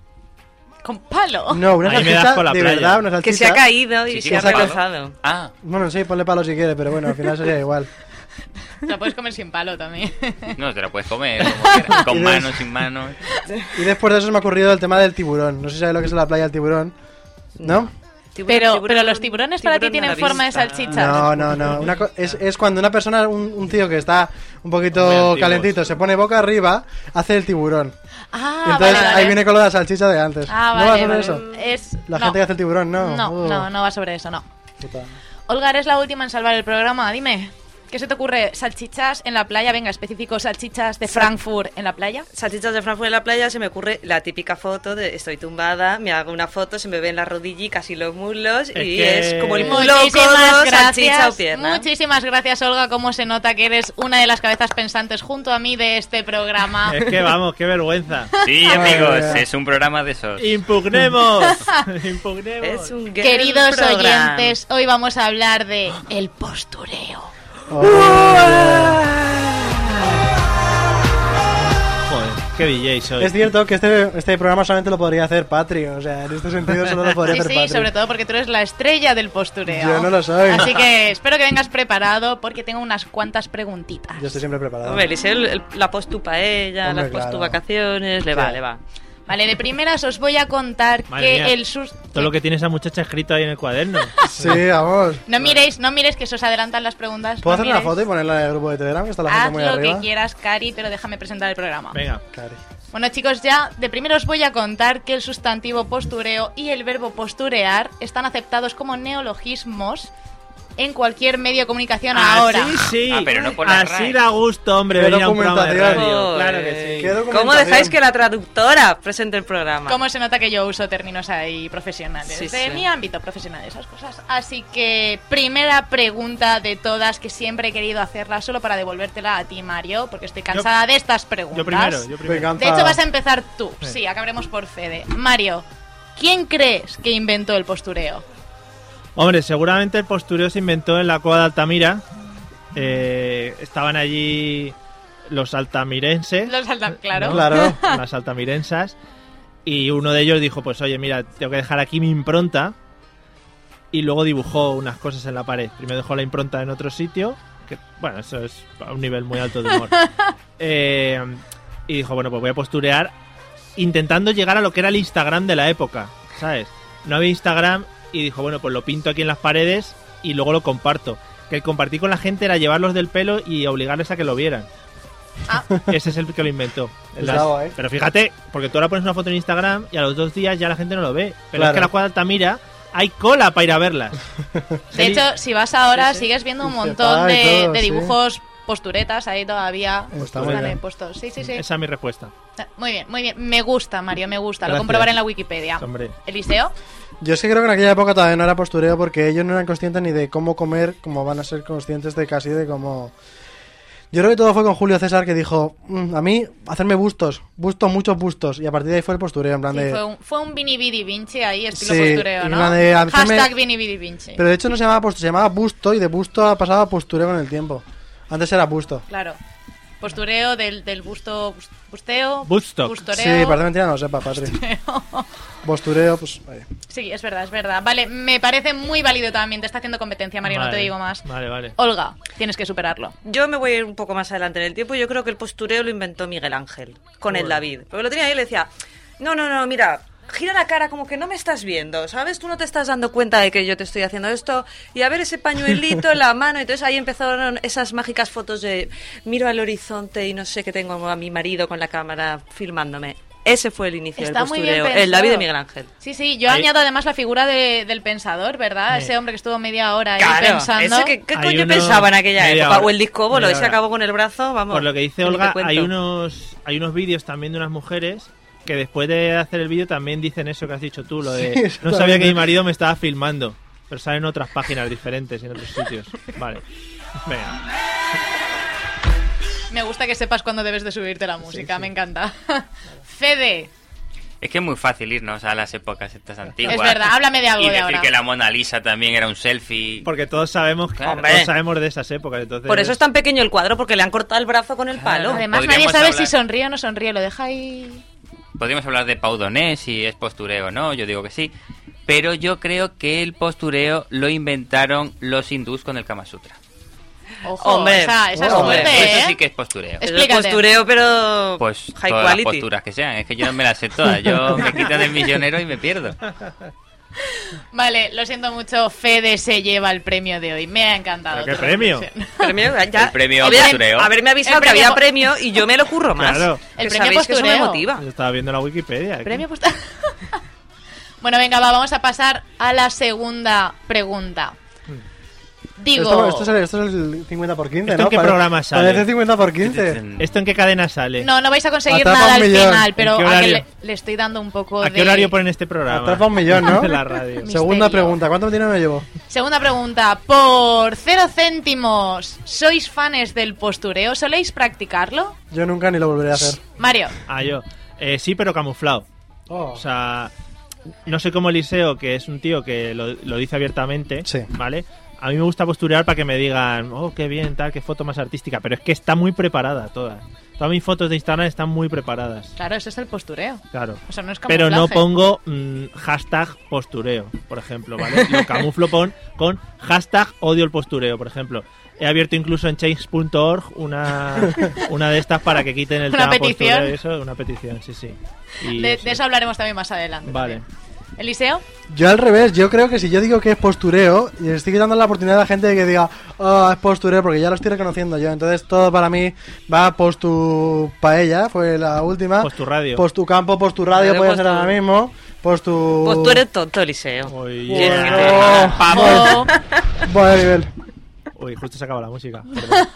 [SPEAKER 2] Con palo.
[SPEAKER 3] No, una
[SPEAKER 1] Ahí me da
[SPEAKER 3] salchicha
[SPEAKER 1] asco la
[SPEAKER 3] de
[SPEAKER 1] playa.
[SPEAKER 3] verdad, una salchicha.
[SPEAKER 4] Que se ha caído y
[SPEAKER 5] Sí, sí,
[SPEAKER 4] se ha
[SPEAKER 5] con palo.
[SPEAKER 4] rebozado.
[SPEAKER 5] Ah,
[SPEAKER 3] Bueno, sí, ponle palo si quieres, pero bueno, al final sería igual.
[SPEAKER 2] Lo puedes comer sin palo también.
[SPEAKER 5] no, te la puedes comer. como quieras. Con
[SPEAKER 3] Tienes-
[SPEAKER 5] manos, sin manos.
[SPEAKER 3] Y después de eso me ha ocurrido el tema del tiburón. No sé si sabes lo que es la playa del tiburón. ¿No?
[SPEAKER 4] Tiburón,
[SPEAKER 2] Pero,
[SPEAKER 4] tiburón,
[SPEAKER 2] pero los tiburones para ti
[SPEAKER 4] tiburón a
[SPEAKER 2] tienen
[SPEAKER 4] la
[SPEAKER 2] forma de
[SPEAKER 4] vista.
[SPEAKER 2] salchicha.
[SPEAKER 3] No, no, no. Una co- es, es cuando una persona, un, un tío que está un
[SPEAKER 1] Muy
[SPEAKER 3] poquito
[SPEAKER 1] antiguos.
[SPEAKER 3] calentito, se pone boca arriba, hace el tiburón.
[SPEAKER 2] Ah,
[SPEAKER 3] Y entonces
[SPEAKER 2] vale, vale.
[SPEAKER 3] ahí viene con lo de la salchicha de antes.
[SPEAKER 2] Ah,
[SPEAKER 3] ¿No va
[SPEAKER 2] vale,
[SPEAKER 3] sobre
[SPEAKER 2] vale.
[SPEAKER 3] eso?
[SPEAKER 2] Es...
[SPEAKER 3] La
[SPEAKER 2] no.
[SPEAKER 3] gente que hace el tiburón, no.
[SPEAKER 2] No,
[SPEAKER 3] Uh,
[SPEAKER 2] no, no va sobre eso, no.
[SPEAKER 3] puta.
[SPEAKER 2] Olga, eres la última en salvar el programa. Dime, ¿qué se te ocurre? ¿Salchichas en la playa? Venga, específico, salchichas de Frankfurt en la playa.
[SPEAKER 4] Salchichas de Frankfurt en la playa, se me ocurre la típica foto de estoy tumbada, me hago una foto, se me ven las rodillicas y los muslos y
[SPEAKER 1] que-
[SPEAKER 4] es como el muslo,
[SPEAKER 2] Muchísimas
[SPEAKER 4] codo, salchicha o
[SPEAKER 2] gracias.
[SPEAKER 4] pierna.
[SPEAKER 2] Muchísimas gracias, Olga. Cómo se nota que eres una de las cabezas pensantes junto a mí de este programa.
[SPEAKER 1] Es que vamos, qué vergüenza.
[SPEAKER 5] Sí,
[SPEAKER 3] Ay,
[SPEAKER 5] amigos,
[SPEAKER 3] ay, ay.
[SPEAKER 5] es un programa de esos.
[SPEAKER 1] Impugnemos. Impugnemos.
[SPEAKER 4] Es un girl
[SPEAKER 2] Queridos
[SPEAKER 4] program.
[SPEAKER 2] oyentes, hoy vamos a hablar de el postureo.
[SPEAKER 3] Oh, yeah.
[SPEAKER 1] Joder, qué DJ soy.
[SPEAKER 3] Es cierto que este, este programa solamente lo podría hacer Patri, o sea, en este sentido solo lo podría
[SPEAKER 2] Sí,
[SPEAKER 3] hacer
[SPEAKER 2] sí,
[SPEAKER 3] Patri.
[SPEAKER 2] sobre todo porque tú eres la estrella del postureo.
[SPEAKER 3] Yo no lo soy.
[SPEAKER 2] Así que espero que vengas preparado porque tengo unas cuantas preguntitas.
[SPEAKER 3] Yo estoy siempre preparado.
[SPEAKER 4] Hombre, Eliseo, el- el- la post tu paella,
[SPEAKER 3] Hombre,
[SPEAKER 4] la post tu
[SPEAKER 3] claro.
[SPEAKER 4] vacaciones, le
[SPEAKER 3] Sí.
[SPEAKER 4] va, le va.
[SPEAKER 2] Vale, de primeras os voy a contar
[SPEAKER 1] Madre
[SPEAKER 2] que
[SPEAKER 1] mía,
[SPEAKER 2] el sus...
[SPEAKER 1] Todo lo que tiene esa muchacha escrito ahí en el cuaderno.
[SPEAKER 3] Sí, vamos.
[SPEAKER 2] No miréis, no miréis que se os adelantan las preguntas.
[SPEAKER 3] ¿Puedo
[SPEAKER 2] no
[SPEAKER 3] hacer una
[SPEAKER 2] miréis.
[SPEAKER 3] foto y ponerla en el grupo de Telegram? Que está la
[SPEAKER 2] Haz
[SPEAKER 3] gente muy
[SPEAKER 2] lo Ah, que
[SPEAKER 3] arriba.
[SPEAKER 2] quieras, Cari, pero déjame presentar el programa.
[SPEAKER 1] Venga.
[SPEAKER 3] Cari.
[SPEAKER 2] Bueno chicos, ya de primero os voy a contar que el sustantivo postureo y el verbo posturear están aceptados como neologismos en cualquier medio de comunicación ahora.
[SPEAKER 1] Así sí.
[SPEAKER 5] Ah, pero no por la
[SPEAKER 1] Así
[SPEAKER 5] RAE.
[SPEAKER 1] da gusto, hombre,
[SPEAKER 3] Pero
[SPEAKER 1] venir a un programa de
[SPEAKER 3] documentación.
[SPEAKER 1] radio.
[SPEAKER 4] Joder.
[SPEAKER 1] Claro que sí.
[SPEAKER 3] Qué documentación.
[SPEAKER 4] eh, ¿Cómo dejáis que la traductora presente el programa?
[SPEAKER 2] ¿Cómo se nota que yo uso términos ahí profesionales?
[SPEAKER 4] Sí,
[SPEAKER 2] de
[SPEAKER 4] sí.
[SPEAKER 2] mi ámbito profesional, esas cosas. Así que, primera pregunta de todas que siempre he querido hacerla, solo para devolvértela a ti, Mario, porque estoy cansada de estas preguntas.
[SPEAKER 1] Yo primero, yo primero.
[SPEAKER 3] Venganza.
[SPEAKER 2] De hecho, vas a empezar tú.
[SPEAKER 1] Sí.
[SPEAKER 2] Sí, acabaremos por Fede. Mario, ¿quién crees que inventó el postureo?
[SPEAKER 1] Hombre, seguramente el postureo se inventó en la cueva de Altamira. Eh, estaban allí los altamirenses.
[SPEAKER 2] Los alta- claro.
[SPEAKER 1] ¿no?
[SPEAKER 3] Claro.
[SPEAKER 1] Las altamirensas. Y uno de ellos dijo, pues oye, mira, tengo que dejar aquí mi impronta. Y luego dibujó unas cosas en la pared. Primero dejó la impronta en otro sitio. Que, bueno, eso es a un nivel muy alto de humor. Eh, y dijo, bueno, pues voy a posturear intentando llegar a lo que era el Instagram de la época, ¿sabes? No había Instagram y dijo, bueno, pues lo pinto aquí en las paredes y luego lo comparto. Que el compartir con la gente era llevarlos del pelo y obligarles a que lo vieran.
[SPEAKER 2] Ah.
[SPEAKER 1] Ese es el que lo inventó.
[SPEAKER 3] Pues bravo, ¿eh?
[SPEAKER 1] Pero fíjate, porque tú ahora pones una foto en Instagram y a los dos días ya la gente no lo ve. Pero es
[SPEAKER 3] Claro.
[SPEAKER 1] que en la cuadra Altamira hay cola para ir a verlas.
[SPEAKER 2] De hecho, si vas ahora,
[SPEAKER 4] Sí, sí.
[SPEAKER 2] sigues viendo un
[SPEAKER 3] Y
[SPEAKER 2] montón
[SPEAKER 3] sepa y
[SPEAKER 2] de,
[SPEAKER 3] todo,
[SPEAKER 2] de
[SPEAKER 3] sí.
[SPEAKER 2] dibujos posturetas ahí todavía.
[SPEAKER 3] Está
[SPEAKER 2] Están
[SPEAKER 3] muy bien.
[SPEAKER 2] ahí puestos. Sí, sí, sí.
[SPEAKER 1] Esa es mi respuesta.
[SPEAKER 2] Muy bien, muy bien. Me gusta, Mario, me gusta. Lo
[SPEAKER 1] Gracias.
[SPEAKER 2] comprobaré en la Wikipedia.
[SPEAKER 1] Hombre.
[SPEAKER 2] Eliseo,
[SPEAKER 3] Yo es que creo que en aquella época todavía no era postureo porque ellos no eran conscientes ni de cómo comer, como van a ser conscientes de casi de cómo... Yo creo que todo fue con Julio César que dijo, "Mm, a mí, hacerme bustos, bustos, muchos bustos. Y a partir de ahí fue el postureo, en plan
[SPEAKER 2] sí,
[SPEAKER 3] de...
[SPEAKER 2] fue, un, fue un Vini Vidi Vinci ahí, estilo
[SPEAKER 3] Sí,
[SPEAKER 2] postureo, ¿no?
[SPEAKER 3] una de- a mí se
[SPEAKER 2] Hashtag
[SPEAKER 3] me-
[SPEAKER 2] Vini Vidi Vinci.
[SPEAKER 3] Pero de hecho no se llamaba busto, se llamaba busto y de busto ha pasado a postureo con el tiempo. Antes era busto.
[SPEAKER 2] Claro. Postureo del, del busto, bus- busteo.
[SPEAKER 1] Bustock.
[SPEAKER 3] Sí,
[SPEAKER 2] Bustoreo.
[SPEAKER 3] parece mentira, no lo sepa, Patri. Postureo, pues... vaya.
[SPEAKER 2] Sí, es verdad, es verdad. Vale, me parece muy válido también. Te está haciendo competencia, Mario, no
[SPEAKER 1] Vale,
[SPEAKER 2] te digo más.
[SPEAKER 1] Vale, vale.
[SPEAKER 2] Olga, tienes que superarlo.
[SPEAKER 4] Yo me voy a ir un poco más adelante en el tiempo. Yo creo que el postureo lo inventó Miguel Ángel con el David. Porque lo tenía ahí y le decía, no, no, no, mira, gira la cara como que no me estás viendo, ¿sabes? Tú no te estás dando cuenta de que yo te estoy haciendo esto. Y a ver ese pañuelito en la mano. Entonces ahí empezaron esas mágicas fotos de miro al horizonte y no sé que tengo a mi marido con la cámara filmándome. Ese fue el inicio
[SPEAKER 2] Está
[SPEAKER 4] del
[SPEAKER 2] muy
[SPEAKER 4] postureo,
[SPEAKER 2] bien
[SPEAKER 4] el David
[SPEAKER 2] pensado.
[SPEAKER 4] de Miguel Ángel.
[SPEAKER 2] Sí, sí, yo
[SPEAKER 1] Ahí-
[SPEAKER 2] añado además la figura de- del pensador, ¿verdad?
[SPEAKER 1] Sí.
[SPEAKER 2] Ese hombre que estuvo media hora ahí
[SPEAKER 4] Claro,
[SPEAKER 2] pensando.
[SPEAKER 4] ese que, ¿qué
[SPEAKER 1] Hay
[SPEAKER 4] coño
[SPEAKER 1] uno-
[SPEAKER 4] pensaba en aquella
[SPEAKER 1] media
[SPEAKER 4] época?
[SPEAKER 1] hora,
[SPEAKER 4] o el disco bolo,
[SPEAKER 1] media
[SPEAKER 4] ese
[SPEAKER 1] hora.
[SPEAKER 4] acabó con el brazo, vamos.
[SPEAKER 1] Por lo que dice
[SPEAKER 4] ni te
[SPEAKER 1] Olga,
[SPEAKER 4] cuento.
[SPEAKER 1] hay unos, hay unos vídeos también de unas mujeres que después de hacer el vídeo también dicen eso que has dicho tú, lo de
[SPEAKER 3] Sí,
[SPEAKER 1] no sabía que mi
[SPEAKER 3] exactamente.
[SPEAKER 1] marido me estaba filmando, pero salen en otras páginas diferentes, en otros sitios. Vale. Venga.
[SPEAKER 2] Me gusta que sepas cuándo debes de subirte la música, me encanta. Fede,
[SPEAKER 5] Es que es muy fácil irnos a las épocas estas antiguas.
[SPEAKER 2] Es verdad, háblame de algo
[SPEAKER 5] Y
[SPEAKER 2] de
[SPEAKER 5] decir
[SPEAKER 2] ahora.
[SPEAKER 5] que la Mona Lisa también era un selfie.
[SPEAKER 1] Porque todos sabemos,
[SPEAKER 5] Claro.
[SPEAKER 1] todos sabemos de esas épocas, entonces
[SPEAKER 4] Por eso es tan pequeño el cuadro, porque le han cortado el brazo con el palo.
[SPEAKER 2] además nadie
[SPEAKER 5] podríamos
[SPEAKER 2] sabe
[SPEAKER 5] hablar-
[SPEAKER 2] si sonríe o no sonríe, lo deja ahí.
[SPEAKER 5] Podríamos hablar de Paudonés, si es postureo o no, yo digo que sí. Pero yo creo que el postureo lo inventaron los hindús con el Kama Sutra.
[SPEAKER 2] Ojo,
[SPEAKER 4] Hombre,
[SPEAKER 2] esa, esa es
[SPEAKER 4] hombre,
[SPEAKER 2] fuerte,
[SPEAKER 5] Eso
[SPEAKER 2] ¿eh?
[SPEAKER 5] sí que es postureo.
[SPEAKER 4] Es
[SPEAKER 2] Explícate.
[SPEAKER 4] postureo, pero
[SPEAKER 5] Pues
[SPEAKER 4] high
[SPEAKER 5] todas las
[SPEAKER 4] quality.
[SPEAKER 5] posturas que sean, es que yo no me las sé todas. Yo me quitan el misionero y me pierdo.
[SPEAKER 2] Vale, lo siento mucho, Fede se lleva el premio de hoy. Me ha encantado.
[SPEAKER 1] ¿Pero qué
[SPEAKER 2] tu
[SPEAKER 1] premio?
[SPEAKER 2] reflexión.
[SPEAKER 4] Premio, ya-
[SPEAKER 5] El premio
[SPEAKER 4] Había-
[SPEAKER 5] postureo.
[SPEAKER 4] Haberme avisado
[SPEAKER 2] El
[SPEAKER 4] que
[SPEAKER 2] premio
[SPEAKER 4] había
[SPEAKER 2] po-
[SPEAKER 4] premio y yo me lo curro más.
[SPEAKER 1] Claro.
[SPEAKER 2] El
[SPEAKER 4] El
[SPEAKER 2] premio
[SPEAKER 4] premio que eso me
[SPEAKER 2] postureo.
[SPEAKER 4] motiva.
[SPEAKER 1] yo estaba viendo la Wikipedia. aquí.
[SPEAKER 2] Premio posta- bueno, venga, va, vamos a pasar a la segunda pregunta. Digo,
[SPEAKER 3] Hmm. Esto, esto es el, esto es el 50 por 15,
[SPEAKER 1] ¿Esto
[SPEAKER 3] ¿no?
[SPEAKER 1] en qué
[SPEAKER 3] Pare-
[SPEAKER 1] programa sale?
[SPEAKER 3] Parece 50 por 15.
[SPEAKER 1] ¿Esto en qué cadena sale?
[SPEAKER 2] no, no vais a conseguir
[SPEAKER 3] Atrapa
[SPEAKER 2] nada
[SPEAKER 3] un
[SPEAKER 2] al
[SPEAKER 3] millón.
[SPEAKER 2] final, pero
[SPEAKER 1] ¿En qué
[SPEAKER 2] a que le,
[SPEAKER 1] horario?
[SPEAKER 2] le estoy dando un poco
[SPEAKER 1] ¿A
[SPEAKER 2] de...
[SPEAKER 1] qué horario ponen este programa?
[SPEAKER 3] Atrapa un millón, ¿no?
[SPEAKER 1] de la radio.
[SPEAKER 2] Misterio.
[SPEAKER 3] Segunda pregunta, ¿cuánto dinero me llevo?
[SPEAKER 2] Segunda pregunta, por cero céntimos, ¿sois fans del postureo? ¿Soléis practicarlo?
[SPEAKER 3] Yo nunca ni lo volveré a hacer.
[SPEAKER 2] Mario,
[SPEAKER 1] Ah, yo. Eh, sí, pero camuflado.
[SPEAKER 2] Oh.
[SPEAKER 1] O sea, no sé cómo Eliseo, que es un tío que lo, lo dice abiertamente,
[SPEAKER 3] Sí.
[SPEAKER 1] ¿vale? A mí me gusta posturear para que me digan, oh, qué bien, tal, qué foto más artística. Pero es que está muy preparada toda. Todas mis fotos de Instagram están muy preparadas,
[SPEAKER 2] claro, eso es el postureo.
[SPEAKER 1] claro.
[SPEAKER 2] O sea, no es
[SPEAKER 1] Pero no
[SPEAKER 2] camuflaje.
[SPEAKER 1] pongo mm, hashtag postureo, por ejemplo, ¿vale? Lo camuflo pon- con hashtag odio el postureo, por ejemplo. He abierto incluso en change.org una, una de estas para que quiten el
[SPEAKER 2] Una
[SPEAKER 1] tema postureo
[SPEAKER 2] petición.
[SPEAKER 1] y eso, una petición, sí, sí. Y
[SPEAKER 2] De,
[SPEAKER 1] sí.
[SPEAKER 2] de eso hablaremos también más adelante.
[SPEAKER 1] Vale.
[SPEAKER 2] Eliseo.
[SPEAKER 3] Yo al revés, yo creo que si yo digo que es postureo, y le estoy quitando la oportunidad a la gente de que diga, oh, es postureo, porque ya lo estoy reconociendo yo. Entonces todo para mí va postu paella, fue la última.
[SPEAKER 1] Postu radio.
[SPEAKER 3] Postu campo, postu radio,
[SPEAKER 4] Radio
[SPEAKER 3] puede
[SPEAKER 4] postu-
[SPEAKER 3] ser ahora mismo. Postu...
[SPEAKER 4] Pues tú eres tonto, Eliseo.
[SPEAKER 1] Uy,
[SPEAKER 4] Uy,
[SPEAKER 1] eh,
[SPEAKER 3] Oh,
[SPEAKER 2] Oh,
[SPEAKER 3] buen nivel.
[SPEAKER 1] uy, justo se acaba la música. Perdón,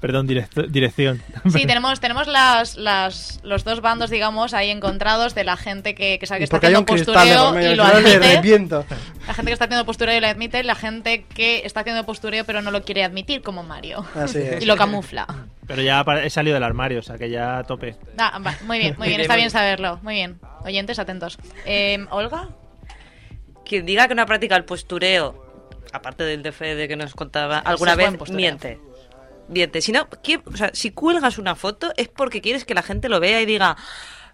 [SPEAKER 1] Perdón, direct- dirección.
[SPEAKER 2] Sí, tenemos, tenemos las, las, los dos bandos, digamos, ahí encontrados de la gente que, que sabe que está
[SPEAKER 3] Porque hay un
[SPEAKER 2] haciendo
[SPEAKER 3] cristal de por
[SPEAKER 2] postureo
[SPEAKER 3] medio,
[SPEAKER 2] y lo
[SPEAKER 3] si no le
[SPEAKER 2] admite.
[SPEAKER 3] reviento.
[SPEAKER 2] La gente que está haciendo postureo y lo admite, y la gente que está haciendo postureo pero no lo quiere admitir como Mario.
[SPEAKER 3] Así es.
[SPEAKER 2] Y lo camufla.
[SPEAKER 1] Pero ya apare- he salido del armario, o sea que ya a tope.
[SPEAKER 2] Ah, va, muy bien, muy bien, está bien saberlo. Muy bien. Oyentes, atentos. Eh, ¿Olga?
[SPEAKER 4] Quien diga que no practica el postureo, aparte del de Fede que nos contaba, alguna
[SPEAKER 2] es buen
[SPEAKER 4] vez
[SPEAKER 2] postureo.
[SPEAKER 4] miente. Miente. Si, no, ¿quién- o sea, si cuelgas una foto es porque quieres que la gente lo vea y diga,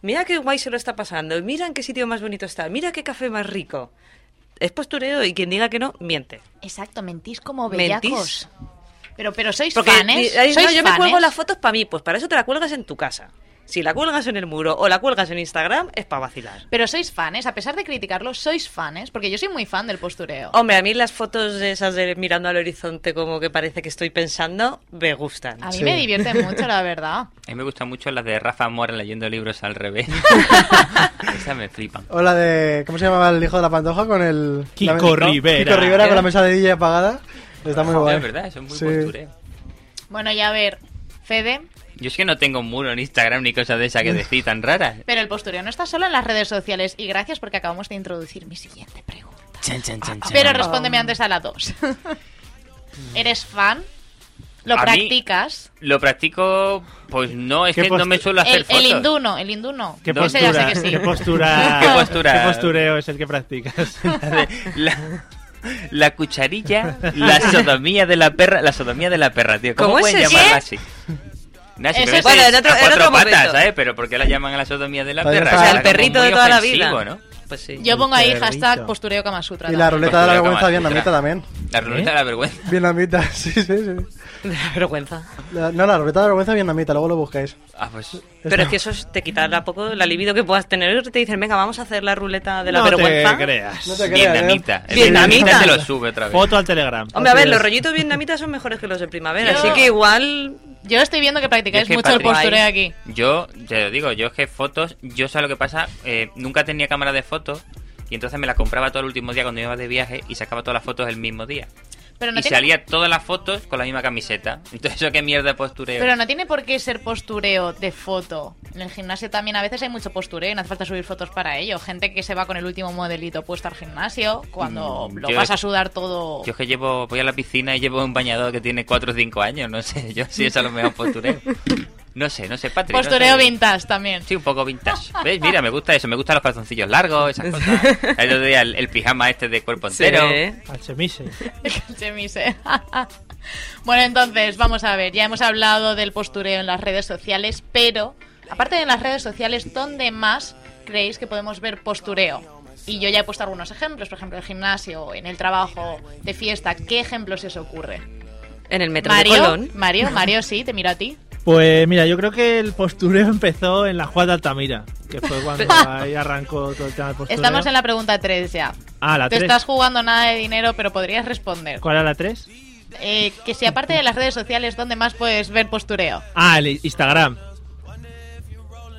[SPEAKER 4] mira qué guay se lo está pasando, mira en qué sitio más bonito está, mira qué café más rico. Es postureo y quien diga que no, miente.
[SPEAKER 2] Exacto, mentís como
[SPEAKER 4] Mentís.
[SPEAKER 2] bellacos. Pero, pero sois
[SPEAKER 4] Porque
[SPEAKER 2] fanes.
[SPEAKER 4] di- ahí,
[SPEAKER 2] sois
[SPEAKER 4] no, yo me
[SPEAKER 2] fanes.
[SPEAKER 4] cuelgo las fotos para mí, pues para eso te la cuelgas en tu casa. Si la cuelgas en el muro o la cuelgas en Instagram, es para vacilar.
[SPEAKER 2] Pero sois fanes, a pesar de criticarlo, sois fanes, porque yo soy muy fan del postureo.
[SPEAKER 4] Hombre, a mí las fotos de esas de mirando al horizonte como que parece que estoy pensando, me gustan.
[SPEAKER 2] A mí
[SPEAKER 3] sí.
[SPEAKER 2] me divierte mucho, la verdad.
[SPEAKER 5] A mí me gustan mucho las de Rafa Mora leyendo libros al revés. Esas me flipan.
[SPEAKER 3] O la de. ¿Cómo se llamaba el hijo de la pantoja? Con el.
[SPEAKER 1] Kiko
[SPEAKER 3] la- ¿no?
[SPEAKER 1] Rivera.
[SPEAKER 3] Kiko Rivera con la mesa de DJ apagada. Está muy guay.
[SPEAKER 5] Ah, Es verdad, eso es muy
[SPEAKER 3] Sí.
[SPEAKER 5] postureo.
[SPEAKER 2] Bueno, ya a ver, Fede,
[SPEAKER 5] Yo es que no tengo un muro en Instagram ni cosas de esas que decís tan raras.
[SPEAKER 2] pero el postureo no está solo en las redes sociales y gracias porque acabamos de introducir mi siguiente pregunta.
[SPEAKER 5] Chan, chan, chan, chan.
[SPEAKER 2] Pero respóndeme antes a la dos. ¿Eres fan? ¿Lo
[SPEAKER 5] A mí-
[SPEAKER 2] practicas?
[SPEAKER 5] Lo practico, pues no, es
[SPEAKER 1] ¿Qué
[SPEAKER 5] que no
[SPEAKER 1] postu-
[SPEAKER 5] me suelo hacer
[SPEAKER 2] El, el
[SPEAKER 5] fotos.
[SPEAKER 2] hindú no, el hindú no.
[SPEAKER 1] ¿Qué
[SPEAKER 5] No,
[SPEAKER 2] Ese ya sé
[SPEAKER 1] postura,
[SPEAKER 2] que sí.
[SPEAKER 1] ¿Qué postura?
[SPEAKER 5] ¿Qué postura?
[SPEAKER 1] qué postureo es el que practicas?
[SPEAKER 5] la, la cucharilla, la sodomía de la perra, la sodomía de la perra, tío. ¿Cómo,
[SPEAKER 4] ¿Cómo
[SPEAKER 5] pueden
[SPEAKER 4] es eso?
[SPEAKER 5] llamarla así? No,
[SPEAKER 2] Eso
[SPEAKER 5] simplemente
[SPEAKER 2] es- Bueno,
[SPEAKER 5] es
[SPEAKER 4] en otro-
[SPEAKER 5] a
[SPEAKER 4] en otro
[SPEAKER 5] cuatro patas,
[SPEAKER 4] momento.
[SPEAKER 5] ¿sabes? Pero ¿por qué la llaman a la sodomía de la
[SPEAKER 3] Vale,
[SPEAKER 5] perra?
[SPEAKER 3] o sea,
[SPEAKER 4] O sea,
[SPEAKER 5] Es
[SPEAKER 4] el
[SPEAKER 5] algo
[SPEAKER 4] perrito
[SPEAKER 5] muy
[SPEAKER 4] de toda la
[SPEAKER 5] ofensivo,
[SPEAKER 4] vida.
[SPEAKER 5] ¿no?
[SPEAKER 4] Pues sí.
[SPEAKER 2] Yo pongo ahí
[SPEAKER 1] Qué
[SPEAKER 2] hashtag
[SPEAKER 1] perrito.
[SPEAKER 2] postureo Kama Sutra.
[SPEAKER 3] Y la
[SPEAKER 2] también.
[SPEAKER 3] ruleta de la
[SPEAKER 5] Pues,
[SPEAKER 3] vergüenza
[SPEAKER 5] toma,
[SPEAKER 3] vietnamita
[SPEAKER 5] otra.
[SPEAKER 3] también.
[SPEAKER 5] La ruleta de la vergüenza.
[SPEAKER 3] Vietnamita, sí, sí, sí.
[SPEAKER 4] Me da vergüenza.
[SPEAKER 3] La- no, la ruleta de la vergüenza vietnamita, luego lo buscáis.
[SPEAKER 5] Ah, pues...
[SPEAKER 4] Pero es que eso es- te quitará poco la libido que puedas tener. Te dicen, venga, vamos a hacer la ruleta de la
[SPEAKER 1] no
[SPEAKER 4] vergüenza.
[SPEAKER 1] te creas.
[SPEAKER 3] No te creas, ¿eh?
[SPEAKER 5] Vietnamita. El
[SPEAKER 4] Vietnamita.
[SPEAKER 5] Vietnamita te lo sube otra vez.
[SPEAKER 1] Foto al Telegram.
[SPEAKER 4] Hombre, a ver,
[SPEAKER 3] Así
[SPEAKER 4] los
[SPEAKER 3] es.
[SPEAKER 4] rollitos vietnamitas son mejores que los de primavera,
[SPEAKER 2] Yo-
[SPEAKER 4] así que igual...
[SPEAKER 2] Yo estoy viendo que
[SPEAKER 5] Yo
[SPEAKER 2] practicáis
[SPEAKER 5] es que,
[SPEAKER 2] mucho el
[SPEAKER 5] Patrick,
[SPEAKER 2] postureo aquí.
[SPEAKER 5] Yo, te lo digo, yo es que fotos, yo sé lo que pasa, eh, nunca tenía cámara de fotos y entonces me la compraba todo el último día cuando iba de viaje y sacaba todas las fotos el mismo día.
[SPEAKER 2] Pero no,
[SPEAKER 5] y
[SPEAKER 2] tiene,
[SPEAKER 5] salía todas las fotos con la misma camiseta. Entonces, ¿eso qué mierda de postureo?
[SPEAKER 2] pero no tiene por qué ser postureo de foto. En el gimnasio también a veces hay mucho postureo y no hace falta subir fotos para ello. Gente que se va con el último modelito puesto al gimnasio cuando
[SPEAKER 5] Mm,
[SPEAKER 2] lo
[SPEAKER 5] yo-
[SPEAKER 2] vas a sudar todo.
[SPEAKER 5] Yo es que llevo, voy a la piscina y llevo un bañador que tiene 4 o 5 años, no sé, yo si eso a lo mejor postureo. No sé, no sé, Patrick. no
[SPEAKER 2] postureo
[SPEAKER 5] sé.
[SPEAKER 2] vintage también.
[SPEAKER 5] Sí, un poco vintage. ¿Ves? Mira, me gusta eso, me gustan los calzoncillos largos, esas cosas. El otro día el, el pijama este de cuerpo entero.
[SPEAKER 4] Sí.
[SPEAKER 1] Al chemise.
[SPEAKER 2] Chemise. bueno, entonces, vamos a ver. Ya hemos hablado del postureo en las redes sociales, pero aparte de en las redes sociales, ¿dónde más creéis que podemos ver postureo? Y yo ya he puesto algunos ejemplos, por ejemplo, el gimnasio, en el trabajo, de fiesta. ¿Qué ejemplos se os ocurre?
[SPEAKER 4] En el metro de
[SPEAKER 2] Mario,
[SPEAKER 4] Colón.
[SPEAKER 2] Mario, Mario, sí, te miro a ti.
[SPEAKER 1] Pues mira, yo creo que el postureo empezó en la Juan de Altamira, que fue cuando ahí arrancó todo el tema del postureo.
[SPEAKER 2] Ah. Estamos en la pregunta 3 ya.
[SPEAKER 1] Ah, la
[SPEAKER 2] Te
[SPEAKER 1] 3.
[SPEAKER 2] estás jugando nada de dinero, pero podrías responder.
[SPEAKER 1] ¿Cuál era la 3?
[SPEAKER 2] Eh, que si aparte de las redes sociales, ¿dónde más puedes ver postureo?
[SPEAKER 1] Ah, el Instagram.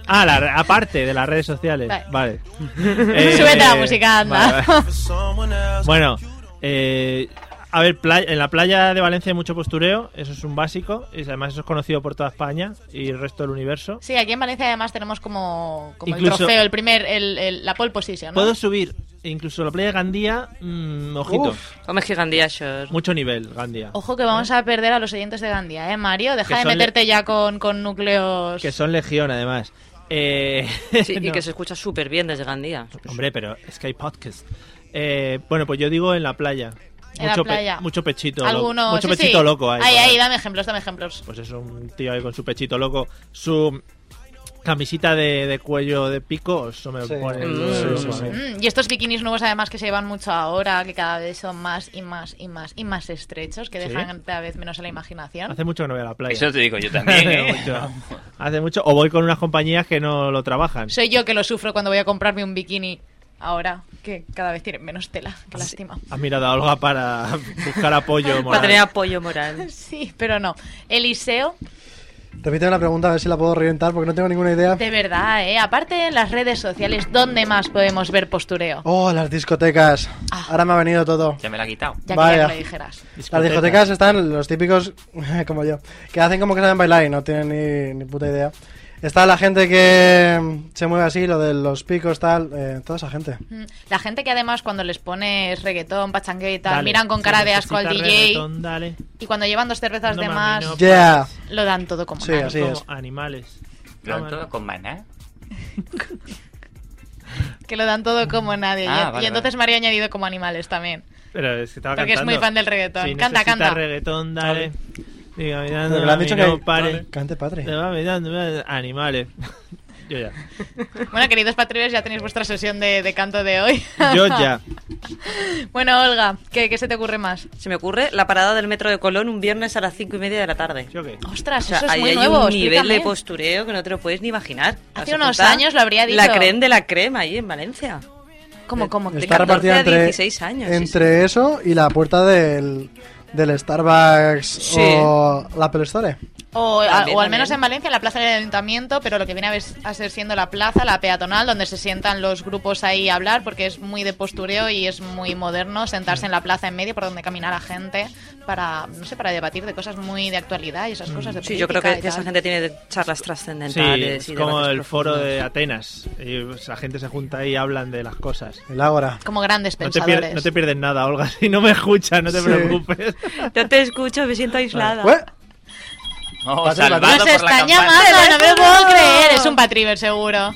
[SPEAKER 1] Ah, la re- aparte de las redes sociales. Vale. Eh,
[SPEAKER 2] Súbete la música, anda.
[SPEAKER 1] vale, vale. Bueno, eh, a ver, play- en la playa de Valencia hay mucho postureo, eso es un básico, y además eso es conocido por toda España y el resto del universo.
[SPEAKER 2] Sí, aquí en Valencia además tenemos como, como
[SPEAKER 1] Incluso-
[SPEAKER 2] el trofeo, el primer, el, el- la pole position. ¿no?
[SPEAKER 1] Puedo subir, e incluso la playa de Gandía, mm, ojito,
[SPEAKER 3] Uf.
[SPEAKER 4] Hombre, es que Gandía Shore.
[SPEAKER 1] mucho nivel Gandía.
[SPEAKER 2] Ojo que vamos a perder a los oyentes de Gandía, ¿eh, Mario?
[SPEAKER 1] Que
[SPEAKER 2] Deja de
[SPEAKER 1] son le-
[SPEAKER 2] meterte ya con, con núcleos...
[SPEAKER 1] Que son legión, además. Eh,
[SPEAKER 4] Sí, Y
[SPEAKER 1] no.
[SPEAKER 4] que se escucha súper bien desde Gandía.
[SPEAKER 1] Hombre, pero es que hay podcast. Eh, bueno, pues yo digo en la playa.
[SPEAKER 2] En la
[SPEAKER 1] mucho, pe-
[SPEAKER 2] playa.
[SPEAKER 1] mucho pechito. loco-
[SPEAKER 2] Algunos...
[SPEAKER 1] mucho
[SPEAKER 2] sí,
[SPEAKER 1] pechito
[SPEAKER 2] sí.
[SPEAKER 1] loco hay.
[SPEAKER 2] Ahí,
[SPEAKER 1] por
[SPEAKER 2] ahí, dame ejemplos, dame ejemplos.
[SPEAKER 1] Pues es un tío ahí con su pechito loco, su camisita de, de cuello de pico, eso me
[SPEAKER 3] Sí.
[SPEAKER 1] pone
[SPEAKER 4] Mm,
[SPEAKER 1] loco
[SPEAKER 4] sí,
[SPEAKER 1] a mí.
[SPEAKER 2] Mm, y estos bikinis nuevos además que se llevan mucho ahora, que cada vez son más y más y más y más estrechos, que
[SPEAKER 1] Sí.
[SPEAKER 2] dejan cada vez menos a la imaginación.
[SPEAKER 1] Hace mucho que no voy a la playa.
[SPEAKER 5] Eso te digo yo también. ¿eh?
[SPEAKER 1] Hace mucho. Hace mucho. O voy con unas compañías que no lo trabajan.
[SPEAKER 2] Soy yo que lo sufro cuando voy a comprarme un bikini ahora que cada vez tienen menos tela. Qué lástima.
[SPEAKER 1] Ha mirado a Olga para buscar apoyo
[SPEAKER 4] Para
[SPEAKER 1] moral.
[SPEAKER 4] tener apoyo moral.
[SPEAKER 2] Sí, pero no. Eliseo,
[SPEAKER 3] Repíteme la pregunta a ver si la puedo reventar porque no tengo ninguna idea.
[SPEAKER 2] de verdad, ¿eh? Aparte en las redes sociales, ¿dónde más podemos ver postureo?
[SPEAKER 3] Oh, las discotecas.
[SPEAKER 2] Ah.
[SPEAKER 3] Ahora me ha venido todo.
[SPEAKER 5] Se me la ha quitado.
[SPEAKER 2] Ya que
[SPEAKER 3] vaya.
[SPEAKER 2] ya me lo dijeras.
[SPEAKER 3] Las discotecas están los típicos, como yo, que hacen como que saben bailar y no tienen ni, ni puta idea. Está la gente que mm, se mueve así, lo de los picos, tal, eh, toda esa gente.
[SPEAKER 2] Mm, La gente que además cuando les pones reggaetón, pachangueo y tal,
[SPEAKER 1] Dale,
[SPEAKER 2] miran con
[SPEAKER 1] si
[SPEAKER 2] cara de asco al
[SPEAKER 1] necesitas
[SPEAKER 2] DJ
[SPEAKER 1] reggaetón, dale.
[SPEAKER 2] y cuando llevan dos cervezas
[SPEAKER 1] No
[SPEAKER 2] de
[SPEAKER 1] mami,
[SPEAKER 2] más
[SPEAKER 1] no.
[SPEAKER 3] Yeah.
[SPEAKER 2] lo dan todo como
[SPEAKER 3] Sí,
[SPEAKER 2] nada.
[SPEAKER 3] así
[SPEAKER 1] Como
[SPEAKER 3] es.
[SPEAKER 1] animales.
[SPEAKER 5] Lo
[SPEAKER 1] Ah,
[SPEAKER 5] han todo con ¿eh? maná.
[SPEAKER 2] Que lo dan todo como nadie.
[SPEAKER 5] Ah,
[SPEAKER 2] y,
[SPEAKER 5] vale,
[SPEAKER 2] y entonces María ha añadido como animales también.
[SPEAKER 1] Pero es que estaba
[SPEAKER 2] Porque es
[SPEAKER 1] cantando.
[SPEAKER 2] muy fan del reggaetón.
[SPEAKER 1] Si
[SPEAKER 2] Canta,
[SPEAKER 1] necesita
[SPEAKER 2] canta.
[SPEAKER 1] reggaetón, dale. Diga, mirando,
[SPEAKER 3] Pero le han dicho que
[SPEAKER 1] no pare.
[SPEAKER 3] cante padre.
[SPEAKER 1] Te va mirando, mirando, animales. Yo ya.
[SPEAKER 2] Bueno, queridos patrulleros, ya tenéis vuestra sesión de, de canto de hoy.
[SPEAKER 1] Yo ya.
[SPEAKER 2] Bueno, Olga, ¿qué, qué se te ocurre más?
[SPEAKER 4] Se me ocurre la parada del metro de Colón un viernes a las cinco y media de la tarde.
[SPEAKER 1] ¿Yo qué?
[SPEAKER 2] Ostras,
[SPEAKER 4] O sea,
[SPEAKER 2] eso es
[SPEAKER 4] ahí
[SPEAKER 2] muy
[SPEAKER 4] hay
[SPEAKER 2] nuevo.
[SPEAKER 4] un nivel
[SPEAKER 2] explícame.
[SPEAKER 4] de postureo que no te lo puedes ni imaginar.
[SPEAKER 2] Hace
[SPEAKER 4] Las
[SPEAKER 2] unos
[SPEAKER 4] apunta
[SPEAKER 2] años lo habría dicho.
[SPEAKER 4] La creen de la crema ahí en Valencia.
[SPEAKER 2] ¿Cómo, cómo?
[SPEAKER 4] de
[SPEAKER 3] Está
[SPEAKER 4] 14
[SPEAKER 3] repartida
[SPEAKER 4] a
[SPEAKER 3] entre,
[SPEAKER 4] 16 años, sí,
[SPEAKER 3] entre eso y la puerta del, del Starbucks
[SPEAKER 4] Sí.
[SPEAKER 3] o la Apple Store.
[SPEAKER 2] O, a-
[SPEAKER 4] También,
[SPEAKER 2] o al menos
[SPEAKER 4] también.
[SPEAKER 2] en Valencia, la plaza del ayuntamiento, pero lo que viene a, ver- a ser siendo la plaza, la peatonal, donde se sientan los grupos ahí a hablar, porque es muy de postureo y es muy moderno sentarse en la plaza en medio por donde camina la gente para, no sé, para debatir de cosas muy de actualidad y esas cosas de
[SPEAKER 4] Sí, yo creo
[SPEAKER 2] política y
[SPEAKER 4] que esa
[SPEAKER 2] tal.
[SPEAKER 4] gente tiene charlas
[SPEAKER 1] Sí,
[SPEAKER 4] trascendentales.
[SPEAKER 1] es
[SPEAKER 4] y
[SPEAKER 1] como
[SPEAKER 4] debates
[SPEAKER 1] el foro
[SPEAKER 4] profundos.
[SPEAKER 1] de Atenas. Y, pues, la gente se junta y hablan de las cosas.
[SPEAKER 3] El Ágora.
[SPEAKER 2] Como grandes
[SPEAKER 1] No te,
[SPEAKER 2] pensadores.
[SPEAKER 1] pier- no te pierdes nada, Olga. Si no me escuchas, no te
[SPEAKER 3] Sí.
[SPEAKER 1] preocupes.
[SPEAKER 4] Yo te escucho, me siento aislada.
[SPEAKER 3] Ué,
[SPEAKER 5] Oh,
[SPEAKER 3] Pásale,
[SPEAKER 5] salvado
[SPEAKER 2] Nos
[SPEAKER 5] por la
[SPEAKER 2] están
[SPEAKER 5] campana.
[SPEAKER 2] llamando, no me lo puedo
[SPEAKER 4] ¡Teléfono!
[SPEAKER 2] creer. Es un patriver seguro.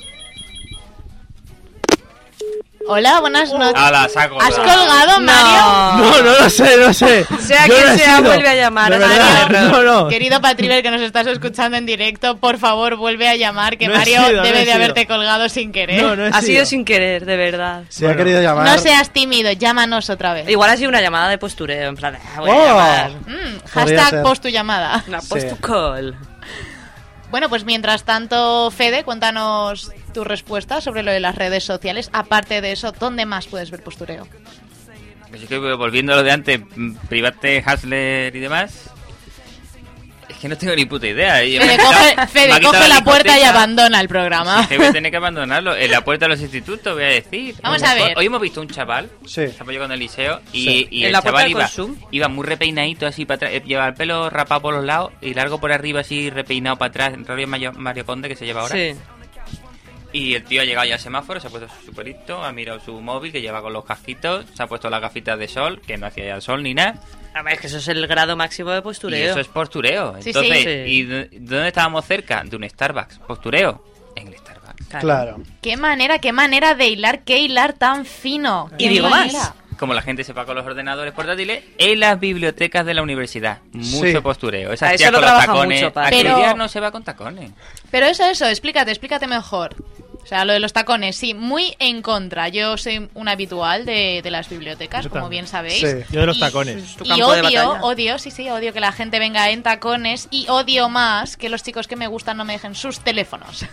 [SPEAKER 2] Hola, buenas noches.
[SPEAKER 5] Ala, saco.
[SPEAKER 2] ¿Has colgado, Mario?
[SPEAKER 4] No.
[SPEAKER 1] No, no lo sé, no sé.
[SPEAKER 4] Sea
[SPEAKER 1] Yo
[SPEAKER 4] quien
[SPEAKER 1] no he
[SPEAKER 4] sea,
[SPEAKER 1] sido.
[SPEAKER 4] vuelve a llamar,
[SPEAKER 1] De
[SPEAKER 4] es
[SPEAKER 1] verdad,
[SPEAKER 4] Mario.
[SPEAKER 1] no, no.
[SPEAKER 2] Querido Patriver que nos estás escuchando en directo, por favor vuelve a llamar que
[SPEAKER 1] No he
[SPEAKER 2] Mario
[SPEAKER 1] sido, no he
[SPEAKER 2] debe de
[SPEAKER 1] sido.
[SPEAKER 2] haberte colgado sin querer.
[SPEAKER 1] No, no he
[SPEAKER 4] Ha sido
[SPEAKER 1] sido.
[SPEAKER 4] sin querer, de verdad.
[SPEAKER 3] si ha querido llamar.
[SPEAKER 2] No seas tímido, llámanos otra vez.
[SPEAKER 4] Igual ha sido una llamada de postureo, en plan, ah, voy a
[SPEAKER 3] Oh.
[SPEAKER 4] llamar.
[SPEAKER 2] Mm,
[SPEAKER 3] ser.
[SPEAKER 2] hashtag post tu llamada.
[SPEAKER 4] Una
[SPEAKER 3] Sí.
[SPEAKER 4] postucall.
[SPEAKER 2] Bueno, pues mientras tanto, Fede, cuéntanos tu respuesta sobre lo de las redes sociales. Aparte de eso, ¿dónde más puedes ver postureo?
[SPEAKER 5] Pues es que volviendo a lo de antes, mm, Private, Hasler y demás. Es que no tengo ni puta idea. y me
[SPEAKER 2] Fede,
[SPEAKER 5] ha quitado-
[SPEAKER 2] coge, Fede,
[SPEAKER 5] me ha quitado
[SPEAKER 2] coge la puerta y
[SPEAKER 5] discoteca.
[SPEAKER 2] abandona el programa.
[SPEAKER 5] Sí, que voy a tener que abandonarlo. En la puerta de los institutos, voy a decir.
[SPEAKER 2] Vamos a ver.
[SPEAKER 5] Hoy hemos visto un chaval.
[SPEAKER 3] Sí.
[SPEAKER 5] Estamos llegando al liceo. Y,
[SPEAKER 3] Sí.
[SPEAKER 5] y
[SPEAKER 4] En
[SPEAKER 5] el
[SPEAKER 4] la puerta
[SPEAKER 5] chaval
[SPEAKER 4] del
[SPEAKER 5] iba,
[SPEAKER 4] Consum.
[SPEAKER 5] iba muy repeinadito así para atrás. eh, Llevaba el pelo rapado por los lados y largo por arriba así repeinado para atrás. En rollo Mario, Mario Conde que se lleva ahora.
[SPEAKER 4] Sí.
[SPEAKER 5] Y el tío ha llegado ya al semáforo, se ha puesto su pelito, ha mirado su móvil que lleva con los casquitos, se ha puesto las gafitas de sol, que no hacía ya sol ni nada.
[SPEAKER 4] A ver, es que eso es el grado máximo de
[SPEAKER 5] Y
[SPEAKER 4] postureo.
[SPEAKER 5] eso es postureo.
[SPEAKER 2] Sí,
[SPEAKER 5] Entonces,
[SPEAKER 4] sí. Sí.
[SPEAKER 5] ¿y dó- dónde estábamos cerca? De un Starbucks. Postureo. En el Starbucks.
[SPEAKER 3] Claro.
[SPEAKER 2] Qué manera, qué manera de hilar, qué hilar tan fino.
[SPEAKER 4] Y
[SPEAKER 2] Qué
[SPEAKER 4] digo
[SPEAKER 2] manera.
[SPEAKER 4] más.
[SPEAKER 5] Como la gente se va con los ordenadores portátiles, en las bibliotecas de la universidad. Mucho
[SPEAKER 3] Sí.
[SPEAKER 5] postureo.
[SPEAKER 4] A
[SPEAKER 5] Esas
[SPEAKER 4] eso
[SPEAKER 5] tías
[SPEAKER 4] lo
[SPEAKER 5] con los
[SPEAKER 4] trabaja
[SPEAKER 5] tacones.
[SPEAKER 4] mucho, Paco.
[SPEAKER 5] Aquel
[SPEAKER 2] Pero-
[SPEAKER 5] día no se va con tacones.
[SPEAKER 2] Pero eso, eso, explícate, explícate mejor. O sea, lo de los tacones, sí, muy en contra. Yo soy un habitual de, de las bibliotecas,
[SPEAKER 1] Yo
[SPEAKER 2] como
[SPEAKER 1] también.
[SPEAKER 2] bien sabéis.
[SPEAKER 3] Sí.
[SPEAKER 1] Yo de los
[SPEAKER 2] Y-
[SPEAKER 1] tacones.
[SPEAKER 4] Tu
[SPEAKER 2] Y
[SPEAKER 4] campo de
[SPEAKER 2] odio,
[SPEAKER 4] batalla.
[SPEAKER 2] odio, sí, sí, odio que la gente venga en tacones y odio más que los chicos que me gustan no me dejen sus teléfonos.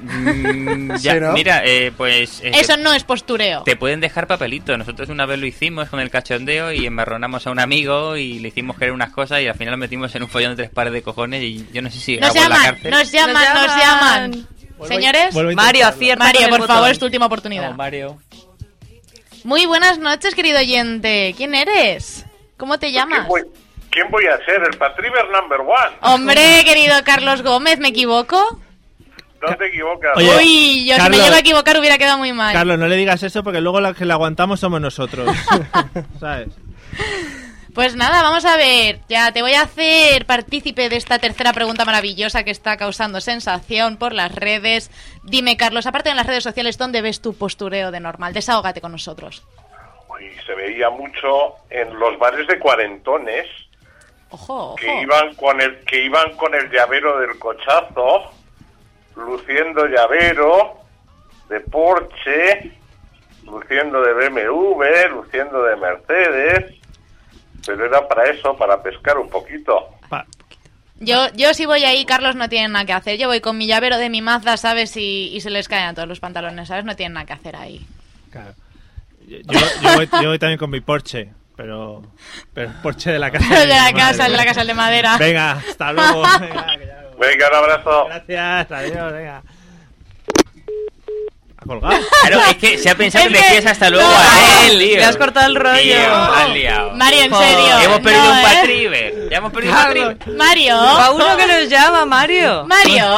[SPEAKER 5] Mm, ya,
[SPEAKER 3] Sí, ¿no?
[SPEAKER 5] Mira, eh, pues. eh,
[SPEAKER 2] Eso no es postureo.
[SPEAKER 5] Te pueden dejar papelitos. Nosotros una vez lo hicimos con el cachondeo y enmarronamos a un amigo y le hicimos creer unas cosas y al final lo metimos en un follón de tres pares de cojones y yo no sé si
[SPEAKER 2] Nos
[SPEAKER 5] acabó en la
[SPEAKER 2] llaman,
[SPEAKER 5] cárcel.
[SPEAKER 2] nos llaman,
[SPEAKER 4] Nos
[SPEAKER 2] nos
[SPEAKER 4] llaman.
[SPEAKER 2] llaman. Señores,
[SPEAKER 1] Vuelvo a
[SPEAKER 4] Mario,
[SPEAKER 1] intentarlo.
[SPEAKER 4] acierta. con
[SPEAKER 2] Mario,
[SPEAKER 4] el
[SPEAKER 2] por
[SPEAKER 4] botón.
[SPEAKER 2] favor, es tu última
[SPEAKER 5] No,
[SPEAKER 2] oportunidad.
[SPEAKER 5] Mario.
[SPEAKER 2] Muy buenas noches, querido oyente. ¿Quién eres? ¿Cómo te llamas?
[SPEAKER 7] ¿Quién Pues voy, quién voy a ser? El Patriver number one.
[SPEAKER 6] Oh,
[SPEAKER 2] Hombre, querido Carlos Gómez, ¿me equivoco?
[SPEAKER 7] No te equivocas.
[SPEAKER 1] Oye,
[SPEAKER 2] Uy, yo si
[SPEAKER 1] Carlos.
[SPEAKER 2] me llego a equivocar hubiera quedado muy mal.
[SPEAKER 1] Carlos, no le digas eso porque luego la que la aguantamos somos nosotros. ¿Sabes?
[SPEAKER 2] Pues nada, vamos a ver. Ya te voy a hacer partícipe de esta tercera pregunta maravillosa que está causando sensación por las redes. Dime, Carlos, aparte de las redes sociales, ¿dónde ves tu postureo de normal? Desahógate con nosotros.
[SPEAKER 7] Uy, se veía mucho en los bares de cuarentones
[SPEAKER 2] Ojo, ojo.
[SPEAKER 7] que iban con el que iban con el llavero del cochazo, luciendo llavero de Porsche, luciendo de BMW, luciendo de Mercedes, pero era para eso, para pescar un poquito.
[SPEAKER 1] Pa-
[SPEAKER 2] Yo, yo si voy ahí, Carlos, no tiene nada que hacer. Yo voy con mi llavero de mi Mazda, ¿sabes? Y, y se les caen a todos los pantalones, ¿sabes? No tienen nada que hacer ahí.
[SPEAKER 1] Claro. Yo, yo, yo voy, yo voy también con mi Porsche, pero, pero Porsche de la casa.
[SPEAKER 2] De la
[SPEAKER 1] mi madre. ¿eh?
[SPEAKER 2] casa, de la casa de madera.
[SPEAKER 1] Venga, hasta luego. Venga, que ya-
[SPEAKER 7] Venga, un abrazo.
[SPEAKER 1] Gracias, adiós, venga. ¿Ha colgado?
[SPEAKER 5] Claro, es que se ha pensado
[SPEAKER 2] Es
[SPEAKER 5] que le
[SPEAKER 2] que-
[SPEAKER 5] decías hasta luego
[SPEAKER 2] no.
[SPEAKER 5] a él, lío.
[SPEAKER 4] Me has cortado el rollo.
[SPEAKER 5] Tío, la has liado.
[SPEAKER 2] Mario, en
[SPEAKER 4] Joder.
[SPEAKER 2] serio.
[SPEAKER 5] hemos perdido
[SPEAKER 2] no,
[SPEAKER 5] un
[SPEAKER 2] ¿eh?
[SPEAKER 5] patriver. Ya hemos perdido un
[SPEAKER 1] Claro.
[SPEAKER 5] patriver.
[SPEAKER 2] Mario.
[SPEAKER 4] A uno que nos llama, Mario.
[SPEAKER 2] Mario.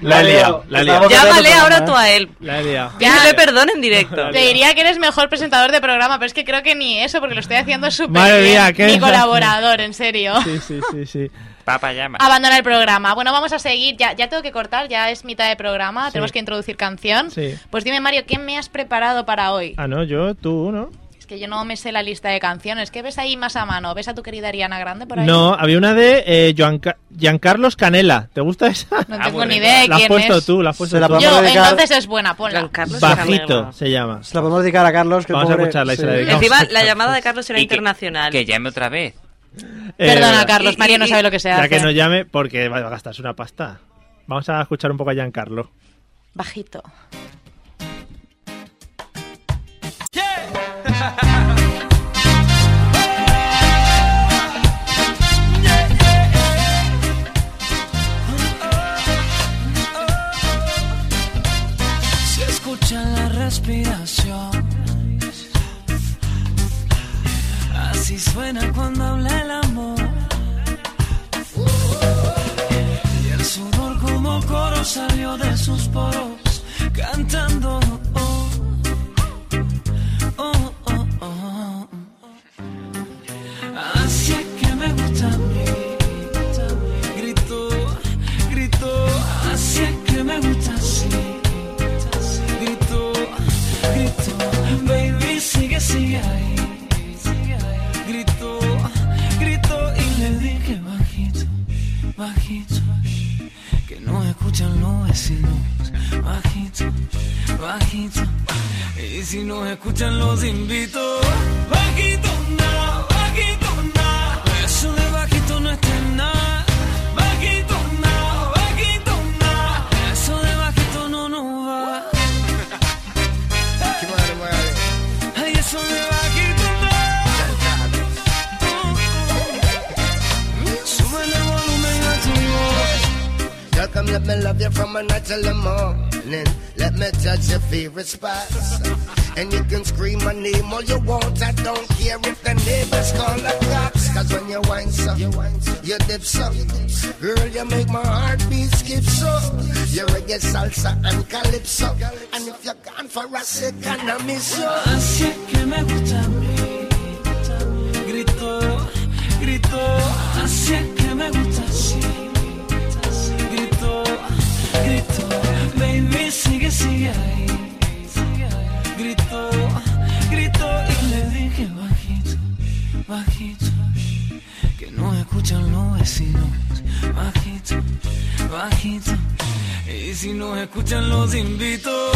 [SPEAKER 1] La he liado, la he liado.
[SPEAKER 3] Estamos-
[SPEAKER 4] Llámale
[SPEAKER 3] programa,
[SPEAKER 4] ahora
[SPEAKER 3] ¿eh?
[SPEAKER 4] tú a él.
[SPEAKER 1] La he liado.
[SPEAKER 2] Ya.
[SPEAKER 4] Pídele perdón en directo.
[SPEAKER 2] Te diría que eres mejor presentador de programa, pero es que creo que ni eso, porque lo estoy haciendo súper
[SPEAKER 1] Madre
[SPEAKER 2] bien.
[SPEAKER 1] mía, qué
[SPEAKER 2] Mi
[SPEAKER 1] desastre.
[SPEAKER 2] colaborador, en serio.
[SPEAKER 1] Sí, sí, sí, sí.
[SPEAKER 5] Papa llama.
[SPEAKER 2] Abandona el programa. Bueno, vamos a seguir. Ya, ya tengo que cortar, ya es mitad de programa. Tenemos que introducir canción.
[SPEAKER 1] Sí.
[SPEAKER 2] Pues dime, Mario, ¿qué me has preparado para hoy?
[SPEAKER 1] Ah, no, yo, tú, ¿no?
[SPEAKER 2] Es que yo no me sé la lista de canciones. ¿Qué ves ahí más a mano? ¿Ves a tu querida Ariana Grande por ahí?
[SPEAKER 1] No, había una de eh, Joan Ca- Giancarlos Canela. ¿Te gusta esa?
[SPEAKER 2] No
[SPEAKER 5] Ah,
[SPEAKER 2] tengo
[SPEAKER 5] bueno,
[SPEAKER 2] ni idea de
[SPEAKER 1] la has
[SPEAKER 2] quién
[SPEAKER 1] puesto
[SPEAKER 2] es.
[SPEAKER 1] tú, la has puesto
[SPEAKER 3] Se la
[SPEAKER 1] tú.
[SPEAKER 3] vamos a
[SPEAKER 2] Yo,
[SPEAKER 3] dedicar-
[SPEAKER 2] entonces es buena, ponla.
[SPEAKER 4] Carlos
[SPEAKER 1] Bajito se llama.
[SPEAKER 3] Se la podemos dedicar a Carlos. Que
[SPEAKER 1] Vamos a
[SPEAKER 3] pobre-
[SPEAKER 1] escucharla y se la dedicamos.
[SPEAKER 4] Encima, la llamada de Carlos era
[SPEAKER 5] Y que-
[SPEAKER 4] internacional.
[SPEAKER 5] Que, llame otra vez.
[SPEAKER 2] Perdona,
[SPEAKER 1] Eh,
[SPEAKER 2] Carlos,
[SPEAKER 4] y-
[SPEAKER 2] Mario
[SPEAKER 4] y-
[SPEAKER 2] no
[SPEAKER 4] y-
[SPEAKER 2] sabe lo que se hace.
[SPEAKER 1] Ya que no llame, porque va a gastarse una pasta. Vamos a escuchar un poco a Giancarlo.
[SPEAKER 2] Bajito.
[SPEAKER 8] Se escucha la respiración. Así suena cuando habla el amor. Y el sudor como coro salió de sus poros, cantando. oh, oh, oh, oh. Así es que me gusta a mí. Gritó, gritó. Así es que me gusta así grito, grito, baby sigue, sigue ahí, grito, grito y le dije bajito, bajito, que no escuchan los vecinos, bajito, bajito, y si no escuchan los invito, bajito na, bajito na, eso de bajito no está en nada, bajito na, bajito na, eso de bajito no nos va. Ay, eso me va a quitar. Sube el volumen a tu voz.
[SPEAKER 9] Y'all come let me love you from a night till the morning. Let me touch your favorite spots. And you can scream my name all you want. I don't care if the neighbors call the cops. Cause when you wind up, you, wind up, you dip up. Girl, you make my heartbeat skip so. You reggae, salsa, and calypso. And if you're gone for a second, I miss you.
[SPEAKER 8] Así es que me gusta a mí. Grito, grito. Así es que me gusta así. Grito, grito. Baby, sigue, sigue ahí. Grito, grito. Y le dije bajito, bajito. Que no escuchan los vecinos. Bajito, bajito. Y si no escuchan los invito.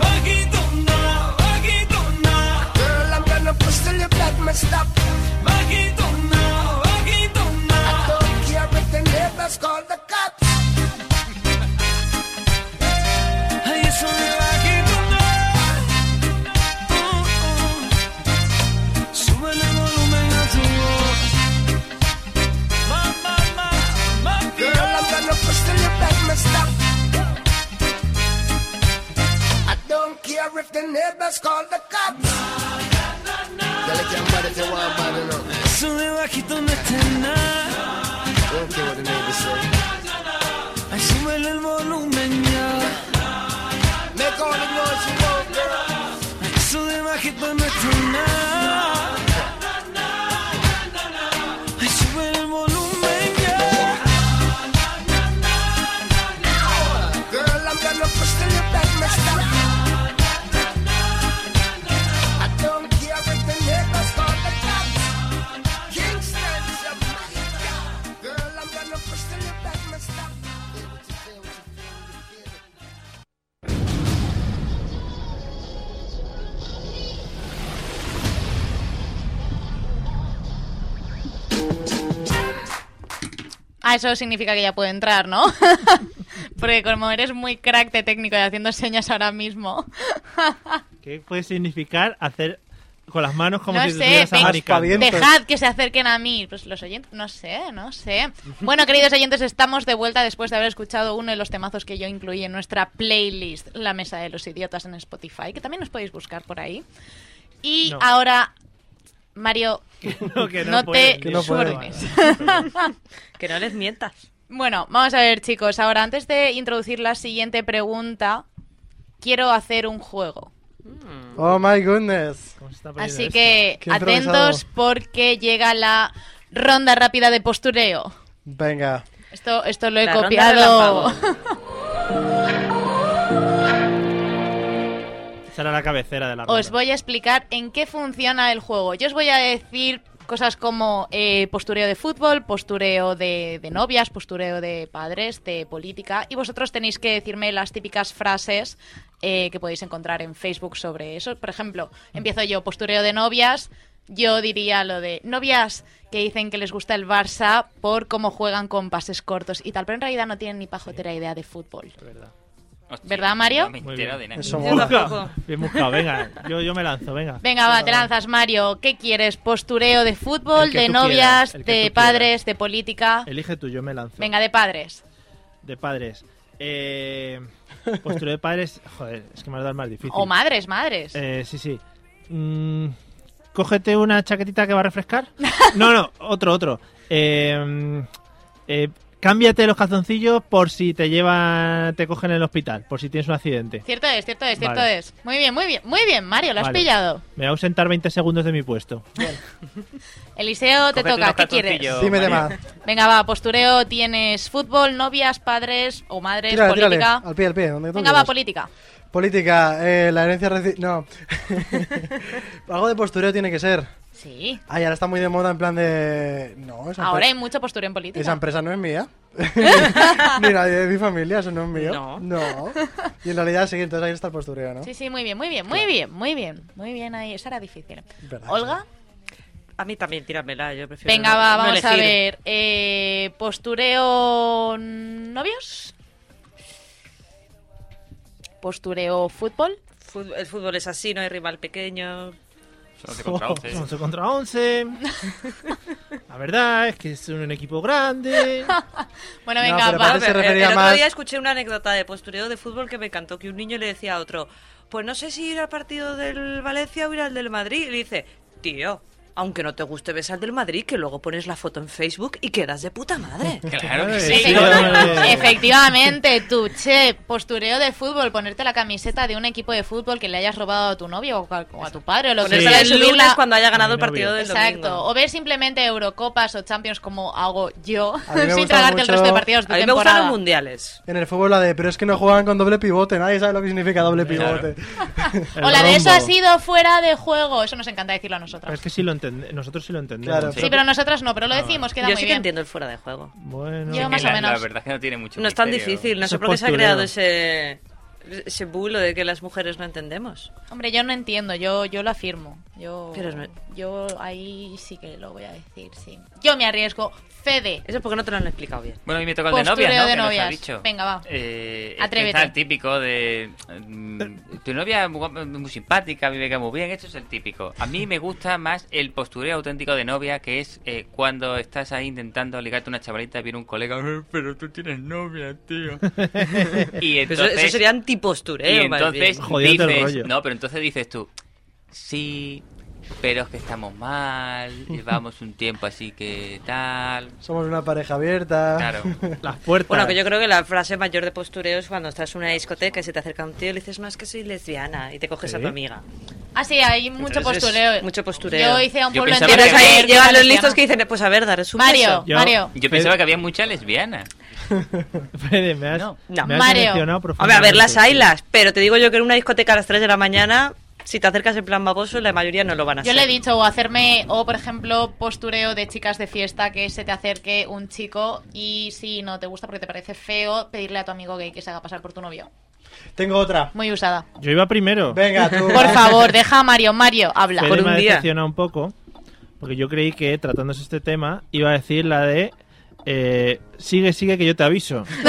[SPEAKER 8] Bajito, na, bajito, na.
[SPEAKER 9] Girl, I'm gonna push till your blood must stop.
[SPEAKER 8] Bajito now, bajito now.
[SPEAKER 9] Don't care if the neighbors call the cops.
[SPEAKER 8] Ay, eso de bajito now. Oh, oh. Súbele el volumen a tu voz. Ma, ma, ma, ma,
[SPEAKER 9] Girl, I'm gonna push till your back must stop. I don't care if the neighbors call the cops. Girl, I can't bother if you want bother, no.
[SPEAKER 8] Eso de bajito no está en nada.
[SPEAKER 9] I don't care what the neighbors say.
[SPEAKER 8] Ay, súbele el volumen ya.
[SPEAKER 9] Make all the noise you want, girl.
[SPEAKER 8] Eso de bajito no está en nada. Ay, súbele el volumen ya.
[SPEAKER 9] Girl, I'm gonna push till your back must stop. I don't care if the neighbors call the cops. Kingston, Jamaica. Girl, I'm gonna push till your back must stop. Feel what you feel, what you feel, what you feel.
[SPEAKER 2] Ah, eso significa que ya puede entrar, ¿no? Porque como eres muy crack de técnico y haciendo señas ahora mismo.
[SPEAKER 1] ¿Qué puede significar hacer con las manos como
[SPEAKER 2] No
[SPEAKER 1] si
[SPEAKER 2] sé,
[SPEAKER 1] estuvieras
[SPEAKER 2] venga.
[SPEAKER 1] americano?
[SPEAKER 3] Aspaviento. Entonces-
[SPEAKER 2] Dejad que se acerquen a mí, pues los oyentes, no sé, no sé. Bueno, queridos oyentes, estamos de vuelta después de haber escuchado uno de los temazos que yo incluí en nuestra playlist, La Mesa de los Idiotas en Spotify, que también os podéis buscar por ahí. Y
[SPEAKER 1] No.
[SPEAKER 2] ahora, Mario,
[SPEAKER 1] No, que no
[SPEAKER 2] no
[SPEAKER 1] pueden,
[SPEAKER 2] te
[SPEAKER 3] que no pueden.
[SPEAKER 2] subordines.
[SPEAKER 4] Que no les mientas.
[SPEAKER 2] Bueno, vamos a ver, chicos. Ahora, antes de introducir la siguiente pregunta, quiero hacer un juego.
[SPEAKER 3] Oh my goodness.
[SPEAKER 1] ¿Cómo se está poniendo
[SPEAKER 2] Así
[SPEAKER 1] esto?
[SPEAKER 2] que
[SPEAKER 3] Qué
[SPEAKER 2] atentos
[SPEAKER 3] improvisado.
[SPEAKER 2] porque llega la ronda rápida de postureo.
[SPEAKER 3] Venga.
[SPEAKER 2] Esto, esto lo he
[SPEAKER 4] La ronda
[SPEAKER 2] copiado.
[SPEAKER 1] Esa era la cabecera de la
[SPEAKER 2] Os
[SPEAKER 1] ronda.
[SPEAKER 2] voy a explicar en qué funciona el juego. Yo os voy a decir cosas como eh, postureo de fútbol, postureo de, de novias, postureo de padres, de política. Y vosotros tenéis que decirme las típicas frases eh, que podéis encontrar en Facebook sobre eso. Por ejemplo, empiezo yo, postureo de novias. Yo diría lo de novias que dicen que les gusta el Barça por cómo juegan con pases cortos y tal, pero en realidad no tienen ni pajotera idea de fútbol.
[SPEAKER 1] Es verdad.
[SPEAKER 5] Hostia,
[SPEAKER 2] ¿Verdad, Mario?
[SPEAKER 5] No me
[SPEAKER 1] Muy
[SPEAKER 5] entero
[SPEAKER 1] bien.
[SPEAKER 5] de nada.
[SPEAKER 3] Eso
[SPEAKER 4] Yo
[SPEAKER 3] mola.
[SPEAKER 4] tampoco.
[SPEAKER 1] Bien buscado, venga. Yo, yo me lanzo, venga.
[SPEAKER 2] Venga, va, te lanzas, Mario. ¿Qué quieres? ¿Postureo de
[SPEAKER 1] El
[SPEAKER 2] fútbol,
[SPEAKER 1] que
[SPEAKER 2] de
[SPEAKER 1] tú
[SPEAKER 2] novias,
[SPEAKER 1] quieras, el que
[SPEAKER 2] de
[SPEAKER 1] tú
[SPEAKER 2] padres, de política?
[SPEAKER 1] Elige tú, yo me lanzo.
[SPEAKER 2] Venga, de padres.
[SPEAKER 1] De padres. Eh, postura de padres. Joder, es que me lo da el más difícil.
[SPEAKER 2] O madres, madres.
[SPEAKER 1] Eh, sí, sí. Mm, cógete una chaquetita que va a refrescar. No, no, otro, otro. Eh, eh, cámbiate los calzoncillos por si te llevan, te cogen en el hospital, por si tienes un accidente.
[SPEAKER 2] Cierto es, cierto es, cierto
[SPEAKER 1] Vale.
[SPEAKER 2] es. Muy bien, muy bien, muy bien, Mario, lo has
[SPEAKER 1] Vale.
[SPEAKER 2] pillado.
[SPEAKER 1] Me voy a ausentar 20 segundos de mi puesto.
[SPEAKER 2] Eliseo, te
[SPEAKER 5] Cógete
[SPEAKER 2] toca,
[SPEAKER 5] unos
[SPEAKER 2] ¿qué quieres?
[SPEAKER 5] calzoncillos,
[SPEAKER 3] Dime de
[SPEAKER 5] Mario.
[SPEAKER 3] más.
[SPEAKER 2] Venga, va, postureo, tienes fútbol, novias, padres o madres,
[SPEAKER 3] Tírale, tírale.
[SPEAKER 2] política.
[SPEAKER 3] Al pie, al pie. donde tú
[SPEAKER 2] Venga, va,
[SPEAKER 3] quieras.
[SPEAKER 2] política.
[SPEAKER 3] Política. Eh, la herencia reci... No. Algo de postureo tiene que ser.
[SPEAKER 2] Sí.
[SPEAKER 3] Ay, ahora está muy de moda en plan de... No, esa,
[SPEAKER 2] Ahora
[SPEAKER 3] empresa-
[SPEAKER 2] hay mucho postureo en política.
[SPEAKER 3] esa empresa no es mía. Ni nadie de mi familia, eso no es mío.
[SPEAKER 4] No.
[SPEAKER 3] Y en realidad sí, entonces ahí está el postureo, ¿no?
[SPEAKER 2] Sí, sí, muy bien, muy bien, muy bien, muy bien, muy bien ahí. Esa era difícil.
[SPEAKER 3] Verdad.
[SPEAKER 2] Olga.
[SPEAKER 4] A mí también, tíramela, yo prefiero
[SPEAKER 2] Venga,
[SPEAKER 4] no-
[SPEAKER 2] va,
[SPEAKER 4] no
[SPEAKER 2] vamos a
[SPEAKER 4] elegir.
[SPEAKER 2] ver. Eh, postureo novios. Postureo fútbol.
[SPEAKER 4] Fútbol- el fútbol es así, no hay rival pequeño.
[SPEAKER 5] Son once contra once.
[SPEAKER 1] 11 contra 11. La verdad es que es un equipo grande.
[SPEAKER 2] Bueno,
[SPEAKER 3] No,
[SPEAKER 2] venga,
[SPEAKER 3] pero
[SPEAKER 2] va.
[SPEAKER 3] parece- se
[SPEAKER 4] el,
[SPEAKER 3] refería
[SPEAKER 4] eh, el otro
[SPEAKER 3] más-
[SPEAKER 4] día escuché una anécdota de postureo de fútbol que me encantó, que un niño le decía a otro, pues no sé si ir al partido del Valencia o ir al del Madrid. Y le dice, tío, aunque no te guste, ves al del Madrid, que luego pones la foto en Facebook y quedas de puta madre.
[SPEAKER 5] Claro que
[SPEAKER 1] Madre
[SPEAKER 5] sí.
[SPEAKER 1] mía.
[SPEAKER 2] Efecti- Efectivamente, tú, che, postureo de fútbol, ponerte la camiseta de un equipo de fútbol que le hayas robado a tu novio o a, o a tu padre o lo que
[SPEAKER 4] Ponérsela
[SPEAKER 2] sea,
[SPEAKER 4] el lunes
[SPEAKER 2] subirla-
[SPEAKER 4] cuando haya ganado el
[SPEAKER 1] Mi novio.
[SPEAKER 4] partido del
[SPEAKER 2] Exacto,
[SPEAKER 4] domingo.
[SPEAKER 2] o ver simplemente Eurocopas o Champions como hago yo,
[SPEAKER 3] A mí me
[SPEAKER 2] sin
[SPEAKER 3] gusta
[SPEAKER 2] tragarte el
[SPEAKER 3] mucho-
[SPEAKER 2] resto de partidos de
[SPEAKER 4] A mí me
[SPEAKER 2] temporada.
[SPEAKER 4] gustan los mundiales.
[SPEAKER 3] En el fútbol la de, pero es que no juegan con doble pivote, nadie sabe lo que significa doble
[SPEAKER 1] Claro.
[SPEAKER 3] pivote.
[SPEAKER 1] El
[SPEAKER 2] o la de eso
[SPEAKER 1] rombo.
[SPEAKER 2] ha sido fuera de juego, eso nos encanta decirlo a
[SPEAKER 1] Pero
[SPEAKER 2] nosotras.
[SPEAKER 1] es que sí lo entende- nosotros sí lo entendemos.
[SPEAKER 3] Claro.
[SPEAKER 2] Sí, pero nosotras no, pero lo decimos, queda
[SPEAKER 4] Ah, Yo
[SPEAKER 2] muy
[SPEAKER 4] sí que
[SPEAKER 2] bien.
[SPEAKER 4] entiendo el fuera de juego.
[SPEAKER 1] Bueno,
[SPEAKER 2] Yo más o
[SPEAKER 5] la,
[SPEAKER 2] menos.
[SPEAKER 5] la verdad es que no tiene mucho
[SPEAKER 4] No es tan
[SPEAKER 5] misterio.
[SPEAKER 4] difícil, no
[SPEAKER 1] Eso
[SPEAKER 4] sé
[SPEAKER 1] es
[SPEAKER 4] por qué se ha
[SPEAKER 1] postureo.
[SPEAKER 4] creado ese, ese bulo de que las mujeres no entendemos.
[SPEAKER 2] Hombre, yo no entiendo, yo, yo lo afirmo. Yo,
[SPEAKER 4] Pero es me-
[SPEAKER 2] yo ahí sí que lo voy a decir, sí. Yo me arriesgo. Fede,
[SPEAKER 4] Eso es porque no te lo han explicado bien.
[SPEAKER 5] Bueno, a mí me toca el de
[SPEAKER 2] Postureo
[SPEAKER 5] novias, ¿no?
[SPEAKER 2] de
[SPEAKER 5] Que nos ha
[SPEAKER 2] novias.
[SPEAKER 5] dicho.
[SPEAKER 2] Venga, va.
[SPEAKER 5] Eh,
[SPEAKER 2] Atrévete.
[SPEAKER 5] Está el típico de... mm, Tu novia es muy, guapa, muy simpática, vive muy bien. Esto es el típico. A mí me gusta más el postureo auténtico de novia, que es eh, cuando estás ahí intentando ligarte a una chavalita, viene un colega, "Eh, pero tú tienes novia, tío. y
[SPEAKER 4] Pero eso,
[SPEAKER 5] entonces...
[SPEAKER 4] eso sería antipostureo.
[SPEAKER 5] y
[SPEAKER 4] más bien.
[SPEAKER 5] entonces
[SPEAKER 1] Jodiendo el rollo.
[SPEAKER 5] dices... No, pero entonces dices tú, sí... Pero es que estamos mal, llevamos un tiempo así que tal.
[SPEAKER 3] Somos una pareja abierta.
[SPEAKER 5] Claro.
[SPEAKER 1] las puertas.
[SPEAKER 4] Bueno, que yo creo que la frase mayor de postureo es cuando estás en una discoteca y se te acerca un tío y le dices, no, es que soy lesbiana, y te coges a
[SPEAKER 1] Sí.
[SPEAKER 4] tu amiga.
[SPEAKER 2] Ah, sí, hay mucho
[SPEAKER 4] Entonces,
[SPEAKER 2] postureo.
[SPEAKER 4] mucho postureo.
[SPEAKER 2] Yo hice a un
[SPEAKER 5] Yo
[SPEAKER 2] pueblo
[SPEAKER 5] pensaba
[SPEAKER 2] entero.
[SPEAKER 4] Entonces
[SPEAKER 5] que-
[SPEAKER 4] ahí
[SPEAKER 2] ayer
[SPEAKER 4] llegan
[SPEAKER 2] con
[SPEAKER 4] los listos
[SPEAKER 2] lesbianas.
[SPEAKER 4] que dicen, pues a ver, daré su
[SPEAKER 2] Mario,
[SPEAKER 1] Yo-
[SPEAKER 2] Mario.
[SPEAKER 5] Yo pensaba que había mucha lesbiana.
[SPEAKER 1] Fede, me has,
[SPEAKER 5] No.
[SPEAKER 4] No.
[SPEAKER 1] me has
[SPEAKER 2] Mario.
[SPEAKER 1] decepcionado
[SPEAKER 4] Hombre, a ver, las
[SPEAKER 1] profundamente.
[SPEAKER 4] hay las, pero te digo yo que en una discoteca a las 3 de la mañana, si te acercas en plan baboso, la mayoría no lo van a
[SPEAKER 2] Yo
[SPEAKER 4] hacer.
[SPEAKER 2] le he dicho, o hacerme, o por ejemplo, postureo de chicas de fiesta que se te acerque un chico y si no te gusta porque te parece feo, pedirle a tu amigo gay que se haga pasar por tu novio.
[SPEAKER 3] Tengo otra.
[SPEAKER 2] Muy usada.
[SPEAKER 1] Yo iba primero.
[SPEAKER 3] Venga, tú.
[SPEAKER 2] Por favor, deja a Mario. Mario, habla.
[SPEAKER 1] Fede
[SPEAKER 4] Por un
[SPEAKER 1] me ha
[SPEAKER 4] día.
[SPEAKER 1] decepcionado un poco, porque yo creí que tratándose este tema iba a decir la de eh, sigue, sigue que yo te aviso.
[SPEAKER 2] Es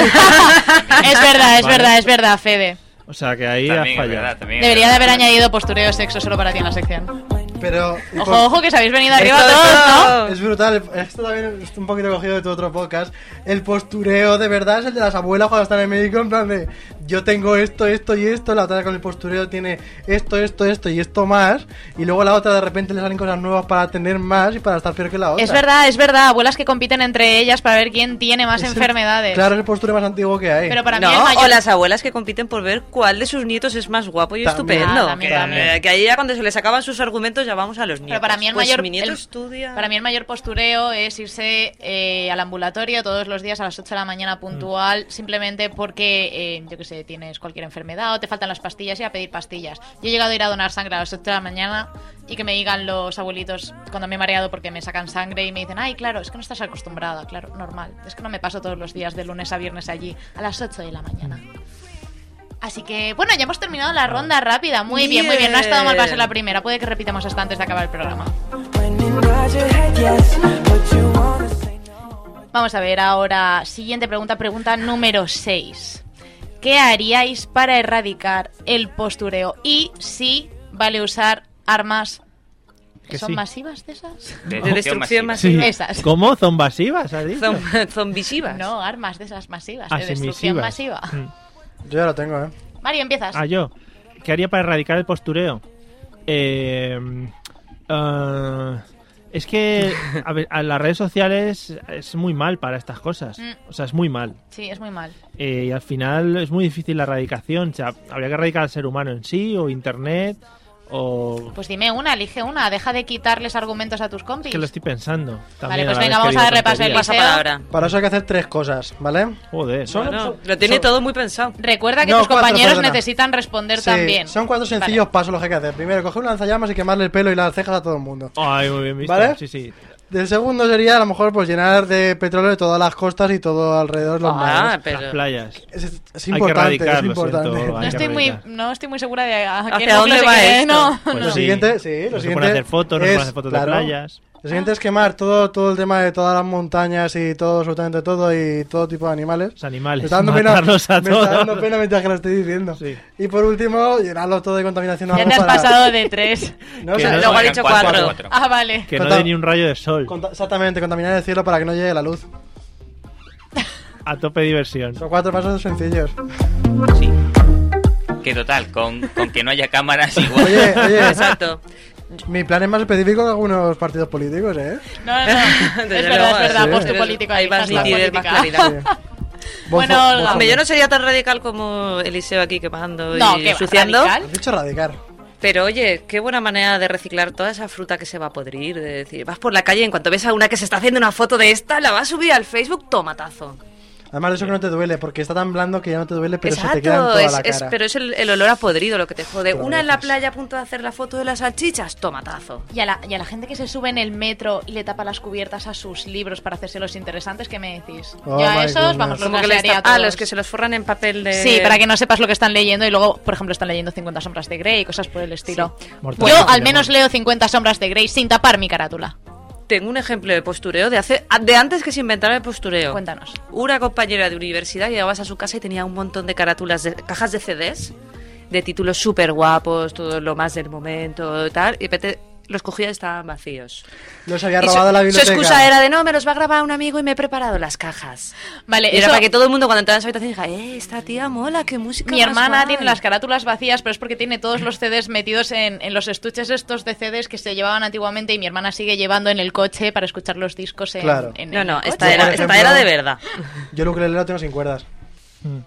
[SPEAKER 2] verdad,
[SPEAKER 1] Vale.
[SPEAKER 2] es verdad, es verdad, Fede.
[SPEAKER 1] O sea que ahí
[SPEAKER 5] También
[SPEAKER 1] has
[SPEAKER 5] es
[SPEAKER 1] fallado.
[SPEAKER 5] verdad, también es
[SPEAKER 2] Debería de
[SPEAKER 5] verdad.
[SPEAKER 2] haber añadido postureo sexo solo para ti en la sección.
[SPEAKER 3] Pero.
[SPEAKER 2] Ojo, ojo, que se habéis venido arriba
[SPEAKER 4] Esto,
[SPEAKER 2] todos, ¿no?
[SPEAKER 4] esto-
[SPEAKER 3] Es brutal, esto también es un poquito cogido de tu otro podcast. El postureo de verdad es el de las abuelas cuando están en el médico, en plan de yo tengo esto, esto y esto, la otra con el postureo tiene esto, esto, esto y esto más, y luego la otra de repente le salen cosas nuevas para tener más y para estar peor que la otra.
[SPEAKER 2] Es verdad, es verdad. Abuelas que compiten entre ellas para ver quién tiene más
[SPEAKER 3] Es el-
[SPEAKER 2] enfermedades.
[SPEAKER 3] Claro, es el postureo más antiguo que hay.
[SPEAKER 2] Pero para mí el
[SPEAKER 4] No,
[SPEAKER 2] mayor...
[SPEAKER 4] o las abuelas que compiten por ver cuál de sus nietos es más guapo y
[SPEAKER 3] También.
[SPEAKER 4] estupendo.
[SPEAKER 2] Ah, también,
[SPEAKER 4] que,
[SPEAKER 2] también.
[SPEAKER 4] que ahí ya cuando se les acaban sus argumentos ya vamos a los nietos.
[SPEAKER 2] Pero para mí el
[SPEAKER 4] Pues
[SPEAKER 2] mayor...
[SPEAKER 4] mi nieto
[SPEAKER 2] el-
[SPEAKER 4] estudia...
[SPEAKER 2] Para mí el mayor postureo es irse eh, al ambulatorio todos los días a las 8 de la mañana puntual, simplemente porque, eh, yo qué sé, tienes cualquier enfermedad o te faltan las pastillas y a pedir pastillas. Yo he llegado a ir a donar sangre a las 8 de la mañana y que me digan los abuelitos cuando me he mareado porque me sacan sangre y me dicen, ay, claro, es que no estás acostumbrada, claro, normal. Es que no me paso todos los días de lunes a viernes allí a las 8 de la mañana. Así que, bueno, ya hemos terminado la ronda rápida. Muy bien, muy bien. No ha estado mal para ser la
[SPEAKER 4] Bien.
[SPEAKER 2] primera. Puede que repitamos hasta antes de acabar el programa.
[SPEAKER 8] When in right your head, yes, but you wanna say no.
[SPEAKER 2] Vamos a ver ahora, siguiente pregunta, pregunta número 6. ¿Qué haríais para erradicar el postureo? Y si vale usar armas que
[SPEAKER 1] Que
[SPEAKER 2] son
[SPEAKER 1] sí.
[SPEAKER 2] masivas de esas.
[SPEAKER 4] De destrucción
[SPEAKER 5] masiva.
[SPEAKER 4] masiva.
[SPEAKER 1] Sí.
[SPEAKER 2] Esas.
[SPEAKER 1] ¿Cómo? ¿Zombativas? ¿Has dicho?
[SPEAKER 4] Zom- Zombisivas.
[SPEAKER 2] No, armas de esas masivas,
[SPEAKER 1] Ah,
[SPEAKER 2] de
[SPEAKER 1] sí,
[SPEAKER 2] destrucción masiva.
[SPEAKER 1] misivas. Mm.
[SPEAKER 3] Yo ya lo tengo, eh.
[SPEAKER 2] Mario, empiezas.
[SPEAKER 1] Ah, yo. ¿Qué haría para erradicar el postureo? Eh, ah, es que a ver, a las redes sociales es muy mal para estas cosas.
[SPEAKER 2] Mm.
[SPEAKER 1] O sea, es muy mal.
[SPEAKER 2] Sí, es muy mal.
[SPEAKER 1] Eh, y al final es muy difícil la erradicación. O sea, habría que erradicar al ser humano en sí, o internet, o.
[SPEAKER 2] Pues dime una, elige una, deja de quitarles argumentos a tus compis.
[SPEAKER 1] Es que lo estoy pensando.
[SPEAKER 2] Vale,
[SPEAKER 1] también
[SPEAKER 2] pues
[SPEAKER 1] a la vez
[SPEAKER 2] venga,
[SPEAKER 1] que
[SPEAKER 2] vamos a
[SPEAKER 1] digo
[SPEAKER 2] darle paso al
[SPEAKER 1] tonterías.
[SPEAKER 4] Pasa palabra.
[SPEAKER 3] Para eso hay que hacer tres cosas, ¿vale?
[SPEAKER 1] Joder.
[SPEAKER 4] Bueno, lo tiene todo muy pensado.
[SPEAKER 2] Recuerda que
[SPEAKER 3] No,
[SPEAKER 2] tus
[SPEAKER 3] cuatro,
[SPEAKER 2] compañeros
[SPEAKER 3] perdona.
[SPEAKER 2] necesitan responder
[SPEAKER 3] Sí,
[SPEAKER 2] también.
[SPEAKER 3] Son cuatro
[SPEAKER 2] Vale.
[SPEAKER 3] sencillos pasos los que hay que hacer. Primero, coger un lanzallamas y quemarle el pelo y las cejas a todo el mundo.
[SPEAKER 1] Ay, muy bien visto.
[SPEAKER 3] ¿Vale?
[SPEAKER 1] Sí, sí.
[SPEAKER 3] Del segundo sería a lo mejor pues llenar de petróleo todas las costas y todo alrededor los mares.
[SPEAKER 4] Ah,
[SPEAKER 1] Las
[SPEAKER 4] pero...
[SPEAKER 1] playas.
[SPEAKER 3] Es, es
[SPEAKER 1] Hay que
[SPEAKER 3] importante, es
[SPEAKER 1] erradicarlo,
[SPEAKER 3] importante.
[SPEAKER 1] siento,
[SPEAKER 2] No
[SPEAKER 1] Hay que
[SPEAKER 2] estoy, muy,
[SPEAKER 1] erradicar.
[SPEAKER 2] no estoy muy segura de a qué
[SPEAKER 4] ¿Hacia
[SPEAKER 2] núcleo
[SPEAKER 4] dónde
[SPEAKER 2] se
[SPEAKER 4] va
[SPEAKER 2] quiere-
[SPEAKER 4] esto?
[SPEAKER 2] No,
[SPEAKER 1] Pues
[SPEAKER 2] no.
[SPEAKER 3] Lo siguiente, sí, lo
[SPEAKER 1] No se
[SPEAKER 3] siguiente.
[SPEAKER 1] pueden hacer fotos, no se
[SPEAKER 3] es,
[SPEAKER 1] pueden hacer fotos de
[SPEAKER 3] claro,
[SPEAKER 1] playas.
[SPEAKER 3] Lo siguiente es quemar todo, todo el tema de todas las montañas y todo, absolutamente todo y todo tipo de animales.
[SPEAKER 1] Los animales.
[SPEAKER 3] Me está dando pena,
[SPEAKER 1] Matarlos a
[SPEAKER 3] me está
[SPEAKER 1] todos.
[SPEAKER 3] dando pena mientras que lo estoy diciendo.
[SPEAKER 1] Sí.
[SPEAKER 3] Y por último, llenarlo todo de contaminación.
[SPEAKER 2] Ya te has
[SPEAKER 3] para-
[SPEAKER 2] pasado de tres.
[SPEAKER 3] No, o
[SPEAKER 1] Que
[SPEAKER 3] sea,
[SPEAKER 1] no-
[SPEAKER 4] Luego ha dicho
[SPEAKER 5] Cuatro,
[SPEAKER 4] cuatro.
[SPEAKER 5] cuatro.
[SPEAKER 2] Ah, vale.
[SPEAKER 1] Que no
[SPEAKER 3] Total.
[SPEAKER 1] dé ni un rayo de sol.
[SPEAKER 3] conta- exactamente, contaminar el cielo para que no llegue la luz.
[SPEAKER 1] A tope diversión.
[SPEAKER 3] Son cuatro pasos sencillos.
[SPEAKER 5] Que total, con, con que no haya cámaras igual.
[SPEAKER 3] Oye, oye,
[SPEAKER 4] Exacto.
[SPEAKER 3] mi plan es más específico que algunos partidos políticos, ¿eh?
[SPEAKER 2] No, no. es
[SPEAKER 4] Desde
[SPEAKER 2] verdad, es
[SPEAKER 4] luego,
[SPEAKER 2] verdad.
[SPEAKER 3] sí.
[SPEAKER 2] Postu político.
[SPEAKER 4] Ahí vas
[SPEAKER 2] hashtag
[SPEAKER 4] nitidez, más
[SPEAKER 2] política.
[SPEAKER 4] claridad.
[SPEAKER 3] Sí.
[SPEAKER 2] Bueno,
[SPEAKER 3] Bozo-
[SPEAKER 2] Olga.
[SPEAKER 3] bozo.
[SPEAKER 4] Hombre, yo no sería tan radical como Eliseo aquí quemando
[SPEAKER 2] No,
[SPEAKER 4] y
[SPEAKER 2] que
[SPEAKER 4] ensuciando.
[SPEAKER 3] Has dicho radicar.
[SPEAKER 4] Pero oye, qué buena manera de reciclar toda esa fruta que se va a podrir. De decir, vas por la calle y en cuanto ves a una que se está haciendo una foto de esta, la vas a subir al Facebook, tomatazo.
[SPEAKER 3] Además de eso que no te duele, porque está tan blando que ya no te duele, pero se te queda en
[SPEAKER 4] Exacto,
[SPEAKER 3] toda
[SPEAKER 4] es,
[SPEAKER 3] la
[SPEAKER 4] es-
[SPEAKER 3] cara.
[SPEAKER 4] pero es el, el olor a podrido lo que te jode.
[SPEAKER 3] Todas
[SPEAKER 4] Una en la
[SPEAKER 3] veces.
[SPEAKER 4] playa a punto de hacer la foto de las salchichas, tomatazo.
[SPEAKER 2] Y a, la, y a la gente que se sube en el metro y le tapa las cubiertas a sus libros para hacerse los interesantes, ¿qué me decís?
[SPEAKER 3] Oh
[SPEAKER 2] yo a
[SPEAKER 3] my
[SPEAKER 2] esos, vamos,
[SPEAKER 3] goodness.
[SPEAKER 2] los
[SPEAKER 4] Como que les
[SPEAKER 2] gasearía
[SPEAKER 4] tap-
[SPEAKER 2] a
[SPEAKER 4] ah,
[SPEAKER 2] todos.
[SPEAKER 4] los que se los forran en papel de.
[SPEAKER 2] Sí, para que no sepas lo que están leyendo y luego, por ejemplo, están leyendo 50 sombras de Grey y cosas por el estilo.
[SPEAKER 1] Mortadelo
[SPEAKER 2] Yo
[SPEAKER 1] con
[SPEAKER 2] al
[SPEAKER 1] limón.
[SPEAKER 2] menos leo 50 sombras de Grey sin tapar mi carátula.
[SPEAKER 4] Tengo un ejemplo de postureo de hace de antes que se inventara el postureo.
[SPEAKER 2] Cuéntanos.
[SPEAKER 4] Una compañera de universidad llegabas a su casa y tenía un montón de carátulas, de, cajas de CDs, de títulos súper guapos, todo lo más del momento, tal, y de repente los cogía y estaban vacíos.
[SPEAKER 3] Los había
[SPEAKER 4] Y su,
[SPEAKER 3] robado la
[SPEAKER 4] su
[SPEAKER 3] biblioteca.
[SPEAKER 4] excusa era de no, me los va a grabar un amigo y me he preparado las cajas.
[SPEAKER 2] Vale,
[SPEAKER 4] Y era
[SPEAKER 2] eso-
[SPEAKER 4] para que todo el mundo cuando entraba en su habitación dijera, eh, esta tía mola, qué música.
[SPEAKER 2] Mi
[SPEAKER 4] más
[SPEAKER 2] hermana
[SPEAKER 4] guay".
[SPEAKER 2] tiene las carátulas vacías, pero es porque tiene todos los CDs metidos en, en los estuches estos de CDs que se llevaban antiguamente y mi hermana sigue llevando en el coche para escuchar los discos en,
[SPEAKER 3] Claro.
[SPEAKER 2] en
[SPEAKER 4] No,
[SPEAKER 2] el
[SPEAKER 4] no,
[SPEAKER 2] coche.
[SPEAKER 4] esta
[SPEAKER 3] Yo,
[SPEAKER 4] era,
[SPEAKER 3] por
[SPEAKER 4] esta
[SPEAKER 3] ejemplo-
[SPEAKER 4] era de verdad.
[SPEAKER 3] Yo el ukelele lo tengo sin cuerdas.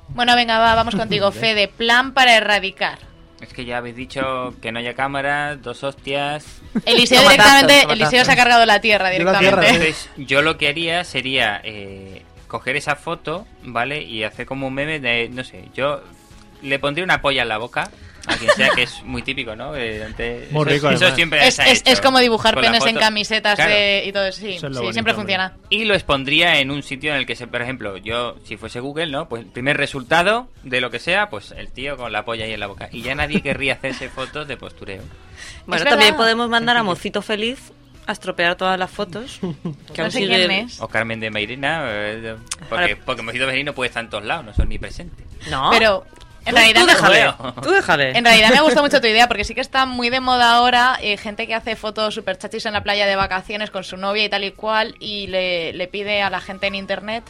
[SPEAKER 2] Bueno, venga, va, vamos contigo, Fede. Plan para erradicar.
[SPEAKER 5] Es que ya habéis dicho que no haya cámaras, dos hostias.
[SPEAKER 2] Eliseo
[SPEAKER 4] Lo mataste,
[SPEAKER 2] directamente,
[SPEAKER 4] lo mataste.
[SPEAKER 2] Eliseo se ha cargado la tierra
[SPEAKER 3] Yo la
[SPEAKER 2] directamente.
[SPEAKER 3] tierra,
[SPEAKER 5] Entonces, yo lo que haría sería eh, coger esa foto, ¿vale? Y hacer como un meme de, no sé, yo le pondría una polla en la boca. A quien sea, que es muy típico, ¿no? Eh, antes-
[SPEAKER 1] Muy
[SPEAKER 5] eso-
[SPEAKER 1] rico,
[SPEAKER 5] eso,
[SPEAKER 1] además.
[SPEAKER 5] siempre
[SPEAKER 2] Es,
[SPEAKER 5] se ha
[SPEAKER 2] es-
[SPEAKER 5] hecho.
[SPEAKER 2] es como dibujar
[SPEAKER 5] Con la
[SPEAKER 2] penes en
[SPEAKER 5] foto.
[SPEAKER 2] camisetas
[SPEAKER 5] Claro.
[SPEAKER 2] de- y todo. Sí,
[SPEAKER 1] Eso es lo
[SPEAKER 2] sí,
[SPEAKER 1] bonito,
[SPEAKER 2] siempre
[SPEAKER 1] hombre.
[SPEAKER 2] funciona.
[SPEAKER 5] Y lo expondría en un sitio en el que se, por ejemplo, yo, si fuese Google, ¿no? Pues el primer resultado de lo que sea, pues el tío con la polla ahí en la boca. Y ya nadie querría hacerse fotos de postureo.
[SPEAKER 4] Bueno,
[SPEAKER 2] verdad.
[SPEAKER 4] también podemos mandar a Mocito Feliz a estropear todas las fotos. Que
[SPEAKER 2] No
[SPEAKER 4] aún
[SPEAKER 2] sé
[SPEAKER 4] sigue-
[SPEAKER 2] quién es.
[SPEAKER 5] O Carmen de Mairena, eh, porque,
[SPEAKER 4] Ahora-
[SPEAKER 5] porque Mojito Vecino no puede estar en todos lados, no son ni presentes.
[SPEAKER 4] No, Eh,
[SPEAKER 2] Pero En realidad,
[SPEAKER 4] tú
[SPEAKER 2] me-
[SPEAKER 4] déjale,
[SPEAKER 5] Bueno.
[SPEAKER 4] tú déjale.
[SPEAKER 2] en realidad me gusta mucho tu idea porque sí que está muy de moda ahora eh, gente que hace fotos super chachis en la playa de vacaciones con su novia y tal y cual y le, le pide a la gente en internet,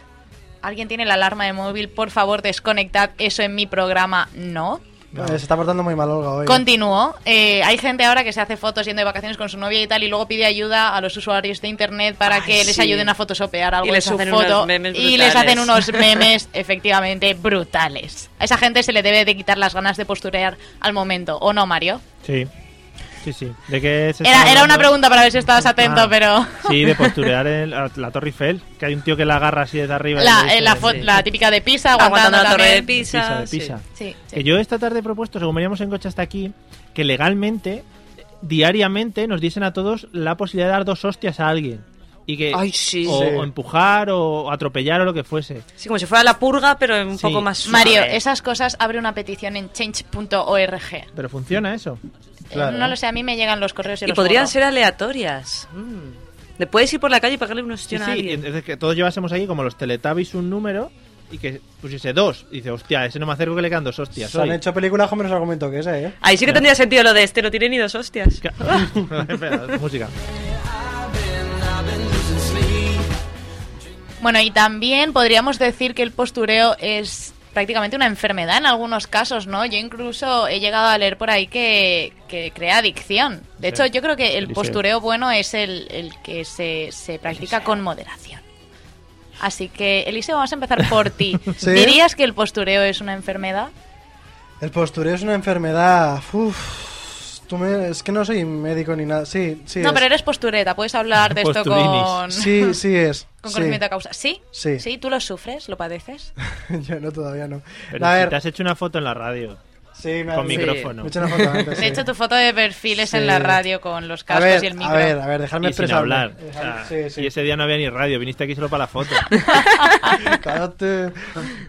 [SPEAKER 2] ¿alguien tiene la alarma de móvil? Por favor, desconectad eso en mi programa. No.
[SPEAKER 3] Eh, Se está portando muy mal Olga hoy.
[SPEAKER 2] Continúo. Eh, hay gente ahora que se hace fotos yendo de vacaciones con su novia y tal, y luego pide ayuda a los usuarios de internet para
[SPEAKER 4] Ay,
[SPEAKER 2] que les
[SPEAKER 4] sí.
[SPEAKER 2] ayuden a photoshopear algo
[SPEAKER 4] Y les
[SPEAKER 2] en su
[SPEAKER 4] hacen
[SPEAKER 2] foto.
[SPEAKER 4] unos memes
[SPEAKER 2] y les hacen
[SPEAKER 4] brutales.
[SPEAKER 2] unos memes, efectivamente, brutales. A esa gente se le debe de quitar las ganas de posturear al momento, ¿o no, Mario?
[SPEAKER 1] Sí. Sí, sí. ¿De qué se estaba
[SPEAKER 2] Era, era una
[SPEAKER 1] hablando?
[SPEAKER 2] pregunta para ver si estabas atento,
[SPEAKER 1] Ah.
[SPEAKER 2] pero.
[SPEAKER 1] Sí, de posturear en la, la Torre Eiffel. Que hay un tío que la agarra así desde arriba. y le
[SPEAKER 2] La,
[SPEAKER 1] dice-
[SPEAKER 2] eh, la, fo-
[SPEAKER 4] sí.
[SPEAKER 2] la típica de Pisa, aguantando,
[SPEAKER 4] Aguantando la torre de
[SPEAKER 2] también.
[SPEAKER 4] Pisa.
[SPEAKER 1] Pisa, de
[SPEAKER 4] sí.
[SPEAKER 1] Pisa.
[SPEAKER 2] Sí, sí.
[SPEAKER 1] Que yo esta tarde he propuesto, según veníamos en coche hasta aquí, que legalmente, diariamente, nos diesen a todos la posibilidad de dar dos hostias a alguien. Y que,
[SPEAKER 4] Ay, sí.
[SPEAKER 1] o,
[SPEAKER 3] Sí.
[SPEAKER 1] o empujar, o atropellar, o lo que fuese.
[SPEAKER 4] Sí, como si fuera la purga, pero un
[SPEAKER 1] Sí.
[SPEAKER 4] poco más suave.
[SPEAKER 2] Mario, esas cosas abre una petición en change.org. Eh,
[SPEAKER 1] Pero funciona eso.
[SPEAKER 3] Claro.
[SPEAKER 2] No lo sé, a mí me llegan los correos y,
[SPEAKER 4] Y
[SPEAKER 2] los
[SPEAKER 4] podrían
[SPEAKER 2] borro.
[SPEAKER 4] ser aleatorias. Mm. Le puedes ir por la calle y pagarle un
[SPEAKER 1] Sí,
[SPEAKER 4] ostión a
[SPEAKER 1] sí,
[SPEAKER 4] alguien.
[SPEAKER 1] entonces que todos llevásemos ahí como los Teletubbies un número y que pusiese dos. Y dice, hostia, ese no me acerco que le quedan dos hostias.
[SPEAKER 3] Se han
[SPEAKER 1] hoy".
[SPEAKER 3] hecho películas con menos argumento que ese, ¿eh?
[SPEAKER 4] Ahí sí que tendría sentido lo de este, no tiene ni dos hostias.
[SPEAKER 1] Que- Espera, música.
[SPEAKER 2] Bueno, y también podríamos decir que el postureo es prácticamente una enfermedad en algunos casos, ¿no? Yo incluso he llegado a leer por ahí que, que crea adicción. De
[SPEAKER 1] Sí.
[SPEAKER 2] hecho, yo creo que el
[SPEAKER 1] Eliseo.
[SPEAKER 2] postureo bueno es el, el que se, se practica con moderación. Así que, Eliseo, vamos a empezar por ti.
[SPEAKER 3] Sí.
[SPEAKER 2] ¿Dirías que el postureo es una enfermedad?
[SPEAKER 3] El postureo es una enfermedad. Uf, tú me- Es que no soy médico ni nada. Sí, sí.
[SPEAKER 2] no,
[SPEAKER 3] es.
[SPEAKER 2] pero eres postureta, puedes hablar de esto
[SPEAKER 1] Posturinis.
[SPEAKER 2] con,
[SPEAKER 3] Sí, sí es.
[SPEAKER 2] con
[SPEAKER 3] sí.
[SPEAKER 2] conocimiento de causa. ¿Sí?
[SPEAKER 3] Sí.
[SPEAKER 2] ¿Tú lo sufres? ¿Lo padeces?
[SPEAKER 3] Yo no, todavía no.
[SPEAKER 1] Pero
[SPEAKER 3] a
[SPEAKER 1] si
[SPEAKER 3] ver,
[SPEAKER 1] te has hecho una foto en la radio.
[SPEAKER 3] sí, me
[SPEAKER 1] Con
[SPEAKER 3] sí,
[SPEAKER 1] micrófono.
[SPEAKER 3] me he hecho una foto antes,
[SPEAKER 2] De
[SPEAKER 3] sí.
[SPEAKER 2] hecho, tu foto de perfil es
[SPEAKER 3] Sí.
[SPEAKER 2] en la radio con los
[SPEAKER 3] a
[SPEAKER 2] cascos
[SPEAKER 3] ver,
[SPEAKER 2] y el micro.
[SPEAKER 3] a ver, a ver, dejarme
[SPEAKER 1] y sin
[SPEAKER 3] expresarme.
[SPEAKER 1] hablar. O
[SPEAKER 3] Dejarme-
[SPEAKER 1] sea,
[SPEAKER 3] sí, sí.
[SPEAKER 1] Y ese día no había ni radio, viniste aquí solo para la foto.
[SPEAKER 3] Cállate.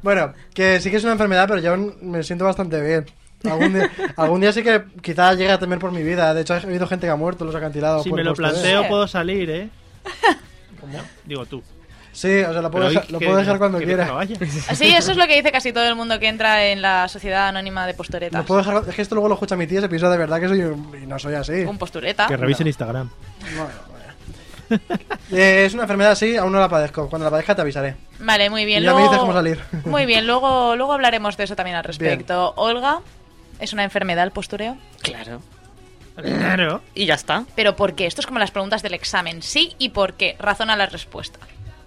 [SPEAKER 3] Bueno, que sí que es una enfermedad, pero yo aún me siento bastante bien. Algún día, algún día sí que quizás llegue a temer por mi vida. De hecho, ha habido gente que ha muerto en los acantilados.
[SPEAKER 1] si
[SPEAKER 3] por
[SPEAKER 1] me lo
[SPEAKER 3] postureo.
[SPEAKER 1] planteo,
[SPEAKER 2] Sí.
[SPEAKER 1] puedo salir, ¿eh? Digo tú.
[SPEAKER 3] Sí, o sea, lo puedo,
[SPEAKER 1] Pero hoy
[SPEAKER 3] dejar, lo
[SPEAKER 1] que-
[SPEAKER 3] puedo dejar cuando
[SPEAKER 1] que
[SPEAKER 3] quiera.
[SPEAKER 1] no vaya.
[SPEAKER 2] Sí, eso es lo que dice casi todo el mundo que entra en la sociedad anónima de posturetas.
[SPEAKER 3] Lo puedo dejar- es que esto luego lo escucha mi tía y se piensa de verdad que soy un- y no soy así.
[SPEAKER 2] Un postureta.
[SPEAKER 1] Que revise el Instagram.
[SPEAKER 3] Eh, es una enfermedad, sí, aún no la padezco. Cuando la padezca te avisaré.
[SPEAKER 2] Vale, muy bien.
[SPEAKER 3] Y ya me
[SPEAKER 2] luego...
[SPEAKER 3] dices cómo salir.
[SPEAKER 2] Muy bien, luego, luego hablaremos de eso también al respecto. Olga, ¿es una enfermedad el postureo?
[SPEAKER 4] Claro.
[SPEAKER 1] Claro.
[SPEAKER 4] Y ya está.
[SPEAKER 2] ¿Pero por qué? Esto es como las preguntas del examen. Sí y por qué. Razona la respuesta.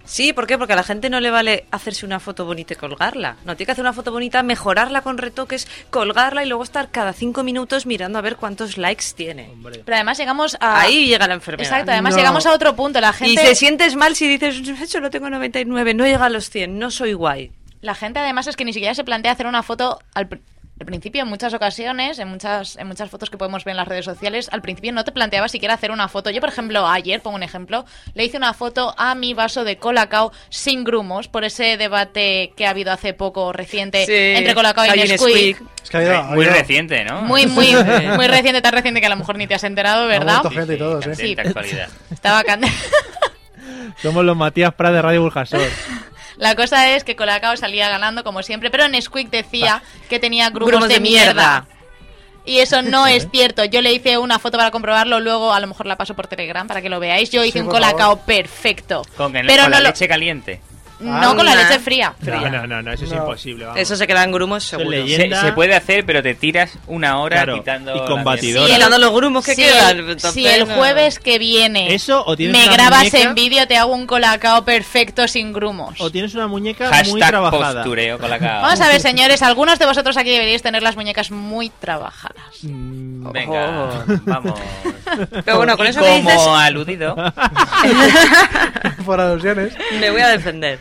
[SPEAKER 4] Sí, ¿por qué? Porque a la gente no le vale hacerse una foto bonita y colgarla. No, tiene que hacer una foto bonita, mejorarla con retoques, colgarla y luego estar cada cinco minutos mirando a ver cuántos likes tiene.
[SPEAKER 1] Hombre.
[SPEAKER 2] Pero además llegamos a...
[SPEAKER 4] Ahí llega la enfermedad.
[SPEAKER 2] Ah, Exacto, además
[SPEAKER 3] No.
[SPEAKER 2] llegamos a otro punto. La gente...
[SPEAKER 4] Y te sientes mal si dices, yo no tengo 99, no llega a los 100, no soy guay.
[SPEAKER 2] La gente además es que ni siquiera se plantea hacer una foto al, pr- al principio en muchas ocasiones, en muchas, en muchas fotos que podemos ver en las redes sociales, al principio no te planteabas siquiera hacer una foto. Yo, por ejemplo, ayer, pongo un ejemplo, le hice una foto a mi vaso de Colacao sin grumos por ese debate que ha habido hace poco reciente
[SPEAKER 4] Sí,
[SPEAKER 2] entre Colacao y
[SPEAKER 4] hay un
[SPEAKER 2] Nesquik.
[SPEAKER 4] squeak.
[SPEAKER 1] Eh,
[SPEAKER 3] Es que ha habido. ha
[SPEAKER 5] Eh, Muy
[SPEAKER 3] habido-
[SPEAKER 5] reciente, ¿no?
[SPEAKER 2] Muy, muy, muy reciente, tan reciente que a lo mejor ni te has enterado, ¿verdad?
[SPEAKER 3] muerto. gente y todo, sí.
[SPEAKER 5] candente
[SPEAKER 2] Sí.
[SPEAKER 5] actualidad.
[SPEAKER 2] Estaba candente.
[SPEAKER 1] Somos los Matías Prat de Radio Burjasor.
[SPEAKER 2] La cosa es que Colacao salía ganando como siempre, pero Nesquik decía que tenía grumos, de, mierda. Y eso no es cierto. Yo le hice una foto para comprobarlo, luego a lo mejor la paso por Telegram para que lo veáis. Yo hice
[SPEAKER 3] Sí,
[SPEAKER 2] un
[SPEAKER 3] por
[SPEAKER 2] colacao
[SPEAKER 3] favor.
[SPEAKER 2] perfecto.
[SPEAKER 5] Con, que-
[SPEAKER 2] pero
[SPEAKER 5] con
[SPEAKER 2] no
[SPEAKER 5] la
[SPEAKER 2] lo-
[SPEAKER 5] leche caliente.
[SPEAKER 2] No con la
[SPEAKER 4] Anda.
[SPEAKER 2] leche fría.
[SPEAKER 1] No, no, no, no, eso es
[SPEAKER 3] No.
[SPEAKER 1] imposible. vamos.
[SPEAKER 4] Eso se quedan grumos
[SPEAKER 1] Eso
[SPEAKER 4] seguro.
[SPEAKER 1] leí-
[SPEAKER 5] Se,
[SPEAKER 1] Tienda-
[SPEAKER 5] se puede hacer, pero te tiras una hora
[SPEAKER 1] Claro,
[SPEAKER 5] quitando
[SPEAKER 1] y con
[SPEAKER 5] la
[SPEAKER 1] batidor.
[SPEAKER 5] mierda.
[SPEAKER 4] Sí, quitando los grumos que
[SPEAKER 2] si
[SPEAKER 4] quedan,
[SPEAKER 2] el-
[SPEAKER 4] entonces
[SPEAKER 2] si el
[SPEAKER 4] no.
[SPEAKER 2] jueves que viene
[SPEAKER 1] Eso, o tienes
[SPEAKER 2] me
[SPEAKER 1] una
[SPEAKER 2] grabas
[SPEAKER 1] muñeca-
[SPEAKER 2] en vídeo, te hago un colacao perfecto sin grumos.
[SPEAKER 1] O tienes una muñeca muy
[SPEAKER 5] Hashtag
[SPEAKER 1] trabajada.
[SPEAKER 5] postureo con la cara.
[SPEAKER 2] Vamos a ver, señores, algunos de vosotros aquí deberíais tener las muñecas muy trabajadas.
[SPEAKER 1] Mm,
[SPEAKER 5] Venga, vamos.
[SPEAKER 4] Pero bueno, con
[SPEAKER 5] Y
[SPEAKER 4] eso que
[SPEAKER 5] como
[SPEAKER 4] dices,
[SPEAKER 5] aludido,
[SPEAKER 3] por alusiones.
[SPEAKER 4] me voy a defender.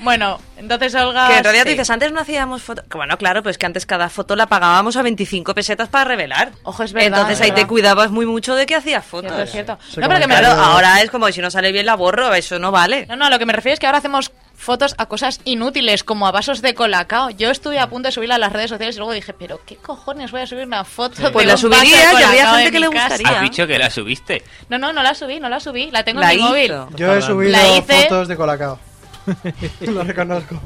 [SPEAKER 2] Bueno, entonces Olga...
[SPEAKER 4] Que en realidad
[SPEAKER 2] Ah, sí.
[SPEAKER 4] dices, antes no hacíamos fotos. Bueno, claro, pues que antes cada foto la pagábamos a 25 pesetas para revelar.
[SPEAKER 2] Ojo, es verdad,
[SPEAKER 4] Entonces
[SPEAKER 2] es
[SPEAKER 4] ahí
[SPEAKER 2] verdad.
[SPEAKER 4] te cuidabas muy mucho de que hacías fotos.
[SPEAKER 2] Cierto, es cierto.
[SPEAKER 3] Sí,
[SPEAKER 2] No, pero que me
[SPEAKER 4] Claro,
[SPEAKER 2] lo-
[SPEAKER 4] ahora es como si no sale bien la borro, eso no vale.
[SPEAKER 2] No, no, a lo que me refiero es que ahora hacemos fotos a cosas inútiles, como a vasos de colacao. Yo estuve a punto de subirla a las redes sociales y luego dije, pero ¿qué cojones voy a subir una foto? de
[SPEAKER 4] Pues la
[SPEAKER 2] un vaso de
[SPEAKER 4] subiría y habría
[SPEAKER 2] Colacao
[SPEAKER 4] gente
[SPEAKER 2] en
[SPEAKER 4] que
[SPEAKER 2] mi
[SPEAKER 4] le
[SPEAKER 2] casa?
[SPEAKER 4] gustaría.
[SPEAKER 5] has dicho que la subiste.
[SPEAKER 2] No, no, no la subí, no la subí, la tengo
[SPEAKER 4] La
[SPEAKER 2] en mi móvil.
[SPEAKER 4] hizo.
[SPEAKER 3] Yo he
[SPEAKER 1] Está
[SPEAKER 3] subido
[SPEAKER 2] La hice.
[SPEAKER 3] fotos de Colacao. Lo reconozco.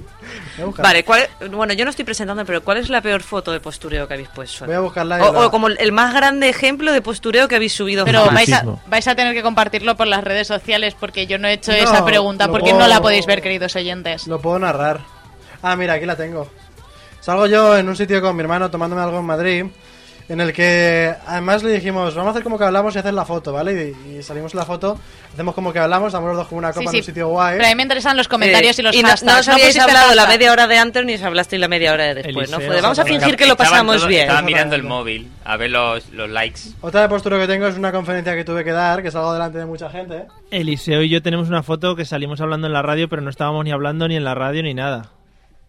[SPEAKER 3] Voy a buscarla.
[SPEAKER 4] Vale, ¿cuál, bueno, yo no estoy presentando, pero ¿cuál es la peor foto de postureo que habéis puesto?
[SPEAKER 3] Voy a buscarla. y
[SPEAKER 4] O,
[SPEAKER 3] la-
[SPEAKER 4] o como el- el más grande ejemplo de postureo que habéis subido.
[SPEAKER 2] Pero
[SPEAKER 4] jamás.
[SPEAKER 2] vais a,
[SPEAKER 1] Machismo.
[SPEAKER 2] vais a tener que compartirlo por las redes sociales porque yo no he hecho
[SPEAKER 3] No,
[SPEAKER 2] esa pregunta
[SPEAKER 3] lo
[SPEAKER 2] porque
[SPEAKER 3] puedo-
[SPEAKER 2] no la podéis ver, queridos oyentes.
[SPEAKER 3] Lo puedo narrar. Ah, mira, aquí la tengo. Salgo yo en un sitio con mi hermano tomándome algo en Madrid, en el que además le dijimos, vamos a hacer como que hablamos y hacer la foto, ¿vale? Y, y salimos la foto, hacemos como que hablamos, damos los dos como una copa
[SPEAKER 2] Sí,
[SPEAKER 3] en
[SPEAKER 2] sí.
[SPEAKER 3] un sitio guay.
[SPEAKER 2] Pero a mí me interesan los comentarios
[SPEAKER 4] Eh,
[SPEAKER 2] y los
[SPEAKER 4] no,
[SPEAKER 2] hashtags.
[SPEAKER 4] no os habíais
[SPEAKER 2] pusiste
[SPEAKER 4] hablado la
[SPEAKER 2] hashtag.
[SPEAKER 4] media hora de antes ni os hablasteis la media hora de después, ¿no?
[SPEAKER 1] Eliseo,
[SPEAKER 4] Fue de, vamos a
[SPEAKER 1] Sabrina.
[SPEAKER 4] fingir que lo
[SPEAKER 5] Estaban
[SPEAKER 4] pasamos
[SPEAKER 5] todos-
[SPEAKER 4] bien.
[SPEAKER 5] Estaba mirando el móvil a ver los, los likes.
[SPEAKER 3] Otra de postura que tengo es una conferencia que tuve que dar, que salgo delante de mucha gente.
[SPEAKER 1] Eliseo y yo tenemos una foto que salimos hablando en la radio, pero no estábamos ni hablando ni en la radio ni nada.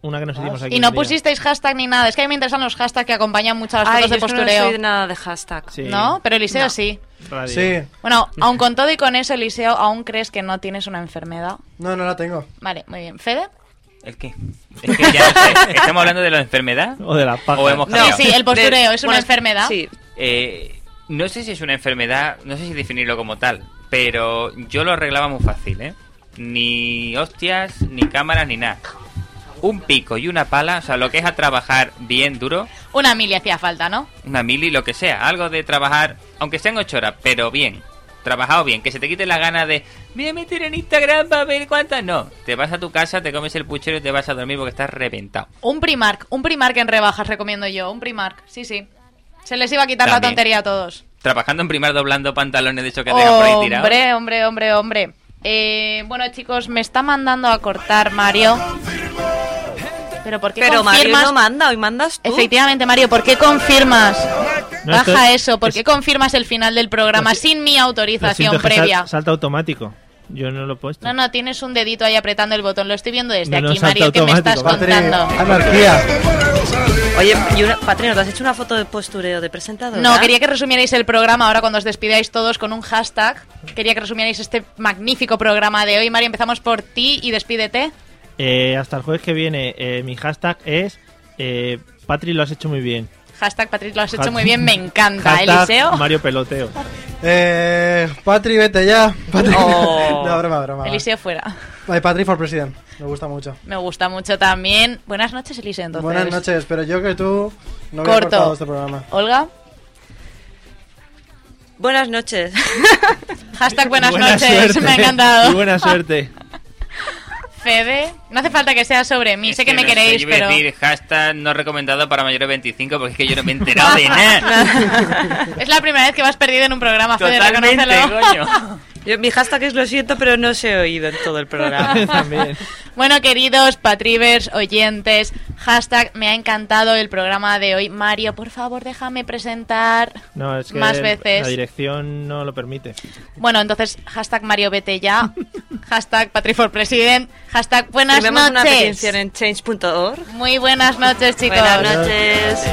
[SPEAKER 1] Una que nos hicimos aquí.
[SPEAKER 2] Ah, Y
[SPEAKER 1] un
[SPEAKER 2] no
[SPEAKER 1] día.
[SPEAKER 2] pusisteis hashtag ni nada. Es que a mí me interesan los hashtags que acompañan mucho a las
[SPEAKER 4] Ay,
[SPEAKER 2] fotos de
[SPEAKER 4] yo es que no soy de
[SPEAKER 2] postureo.
[SPEAKER 4] nada de hashtag.
[SPEAKER 1] Sí.
[SPEAKER 2] ¿No? Pero Eliseo
[SPEAKER 4] No.
[SPEAKER 2] sí.
[SPEAKER 1] Radio.
[SPEAKER 3] Sí,
[SPEAKER 2] Bueno, aun con todo y con eso, Eliseo, ¿aún crees que no tienes una enfermedad?
[SPEAKER 3] no, no la tengo.
[SPEAKER 2] Vale, muy bien. ¿Fede?
[SPEAKER 5] ¿El qué? Es que ya no sé. ¿Estamos hablando de la enfermedad?
[SPEAKER 1] O de la paja.
[SPEAKER 5] O hemos cambiado.
[SPEAKER 2] Sí, sí, el postureo, ¿es una
[SPEAKER 4] bueno,
[SPEAKER 2] enfermedad?
[SPEAKER 4] Sí.
[SPEAKER 5] Eh, no sé si es una enfermedad, no sé si definirlo como tal, pero yo lo arreglaba muy fácil, ¿eh? Ni hostias, ni cámaras, ni nada. Un pico y una pala, o sea, lo que es a trabajar bien duro,
[SPEAKER 2] Una mili hacía falta, ¿no?
[SPEAKER 5] una mili, lo que sea, algo de trabajar, aunque sean ocho horas, pero bien, trabajado bien, que se te quite la gana de, voy a meter en Instagram para ver cuántas, no, te vas a tu casa, te comes el puchero y te vas a dormir porque estás reventado.
[SPEAKER 2] Un Primark, un Primark en rebajas recomiendo yo, un Primark, sí, sí. Se les iba a quitar la
[SPEAKER 5] También.
[SPEAKER 2] tontería a todos.
[SPEAKER 5] Trabajando en primar doblando pantalones de esos que tengan por ahí tirados.
[SPEAKER 2] hombre, hombre, hombre, hombre. Eh, bueno, chicos, me está mandando a cortar Mario. Pero ¿por qué
[SPEAKER 4] Pero Mario
[SPEAKER 2] confirmas?
[SPEAKER 4] no manda, hoy mandas tú.
[SPEAKER 2] Efectivamente, Mario, ¿por qué confirmas?
[SPEAKER 1] No, esto
[SPEAKER 2] Baja
[SPEAKER 1] es-
[SPEAKER 2] eso, ¿por qué
[SPEAKER 1] es-
[SPEAKER 2] confirmas el final del programa
[SPEAKER 1] Lo si-
[SPEAKER 2] sin mi
[SPEAKER 1] lo siento,
[SPEAKER 2] autorización
[SPEAKER 1] es que sal-
[SPEAKER 2] previa?
[SPEAKER 1] salta automático. Yo no lo he puesto.
[SPEAKER 2] No, no, tienes un dedito ahí apretando el botón. Lo estoy viendo desde
[SPEAKER 1] No, no,
[SPEAKER 2] aquí,
[SPEAKER 1] salta
[SPEAKER 2] Mario, que me
[SPEAKER 1] automático,
[SPEAKER 2] estás
[SPEAKER 3] Patri,
[SPEAKER 2] contando.
[SPEAKER 3] anarquía.
[SPEAKER 4] Oye, y una, Patri, ¿no te has hecho una foto de postureo de presentador?
[SPEAKER 2] No, quería que resumierais el programa ahora cuando os despidáis todos con un hashtag. Quería que resumierais este magnífico programa de hoy. Mario, empezamos por ti y despídete.
[SPEAKER 1] Eh, hasta el jueves que viene, eh, mi hashtag es eh, Patri lo has hecho muy bien.
[SPEAKER 2] Hashtag Patrick, lo has hecho
[SPEAKER 1] Hashtag-
[SPEAKER 2] muy bien, me encanta.
[SPEAKER 1] Hashtag
[SPEAKER 2] Eliseo.
[SPEAKER 1] Mario Peloteo.
[SPEAKER 3] Eh, Patri, vete ya. Patri.
[SPEAKER 4] Oh.
[SPEAKER 3] No, broma, broma.
[SPEAKER 2] Eliseo fuera.
[SPEAKER 3] Ay, Patri for President, me gusta mucho.
[SPEAKER 2] Me gusta mucho también. Buenas noches, Eliseo, entonces.
[SPEAKER 3] Buenas noches, pero yo que tú no había cortado
[SPEAKER 2] Corto.
[SPEAKER 3] este programa.
[SPEAKER 2] Olga.
[SPEAKER 4] Buenas noches.
[SPEAKER 2] Hashtag buenas
[SPEAKER 1] Buena
[SPEAKER 2] noches,
[SPEAKER 1] suerte.
[SPEAKER 2] me ha
[SPEAKER 1] Y
[SPEAKER 2] encantado.
[SPEAKER 1] buena suerte.
[SPEAKER 2] Fede, no hace falta que sea sobre mí,
[SPEAKER 5] Es
[SPEAKER 2] sé que me
[SPEAKER 5] no
[SPEAKER 2] queréis,
[SPEAKER 5] yo iba a
[SPEAKER 2] pero...
[SPEAKER 5] decir hashtag no recomendado para mayores de 25 porque es que yo no me he enterado de nada.
[SPEAKER 2] es la primera vez que vas perdido en un programa, Fede,
[SPEAKER 5] Totalmente,
[SPEAKER 2] reconócelo.
[SPEAKER 5] coño.
[SPEAKER 4] Yo- mi hashtag es lo siento, pero no se ha oído en todo el programa.
[SPEAKER 1] También.
[SPEAKER 2] Bueno, queridos patrivers, oyentes, hashtag me ha encantado el programa de hoy. Mario, por favor, déjame presentar.
[SPEAKER 1] No, es que
[SPEAKER 2] Más
[SPEAKER 1] el-
[SPEAKER 2] veces.
[SPEAKER 1] la dirección no lo permite.
[SPEAKER 2] Bueno, entonces, hashtag Mario vete ya. hashtag Patri for President. Hashtag buenas
[SPEAKER 4] Firmemos una
[SPEAKER 2] noches.
[SPEAKER 4] petición en change.org.
[SPEAKER 2] Muy buenas noches, chicos.
[SPEAKER 4] Buenas noches.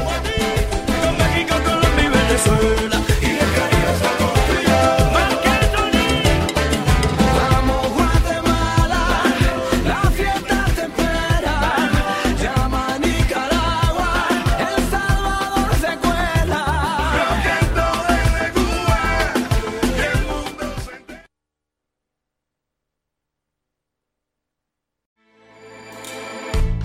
[SPEAKER 8] Vamos Guatemala, la fiesta te espera. Llama a Nicaragua, El Salvador se cuela.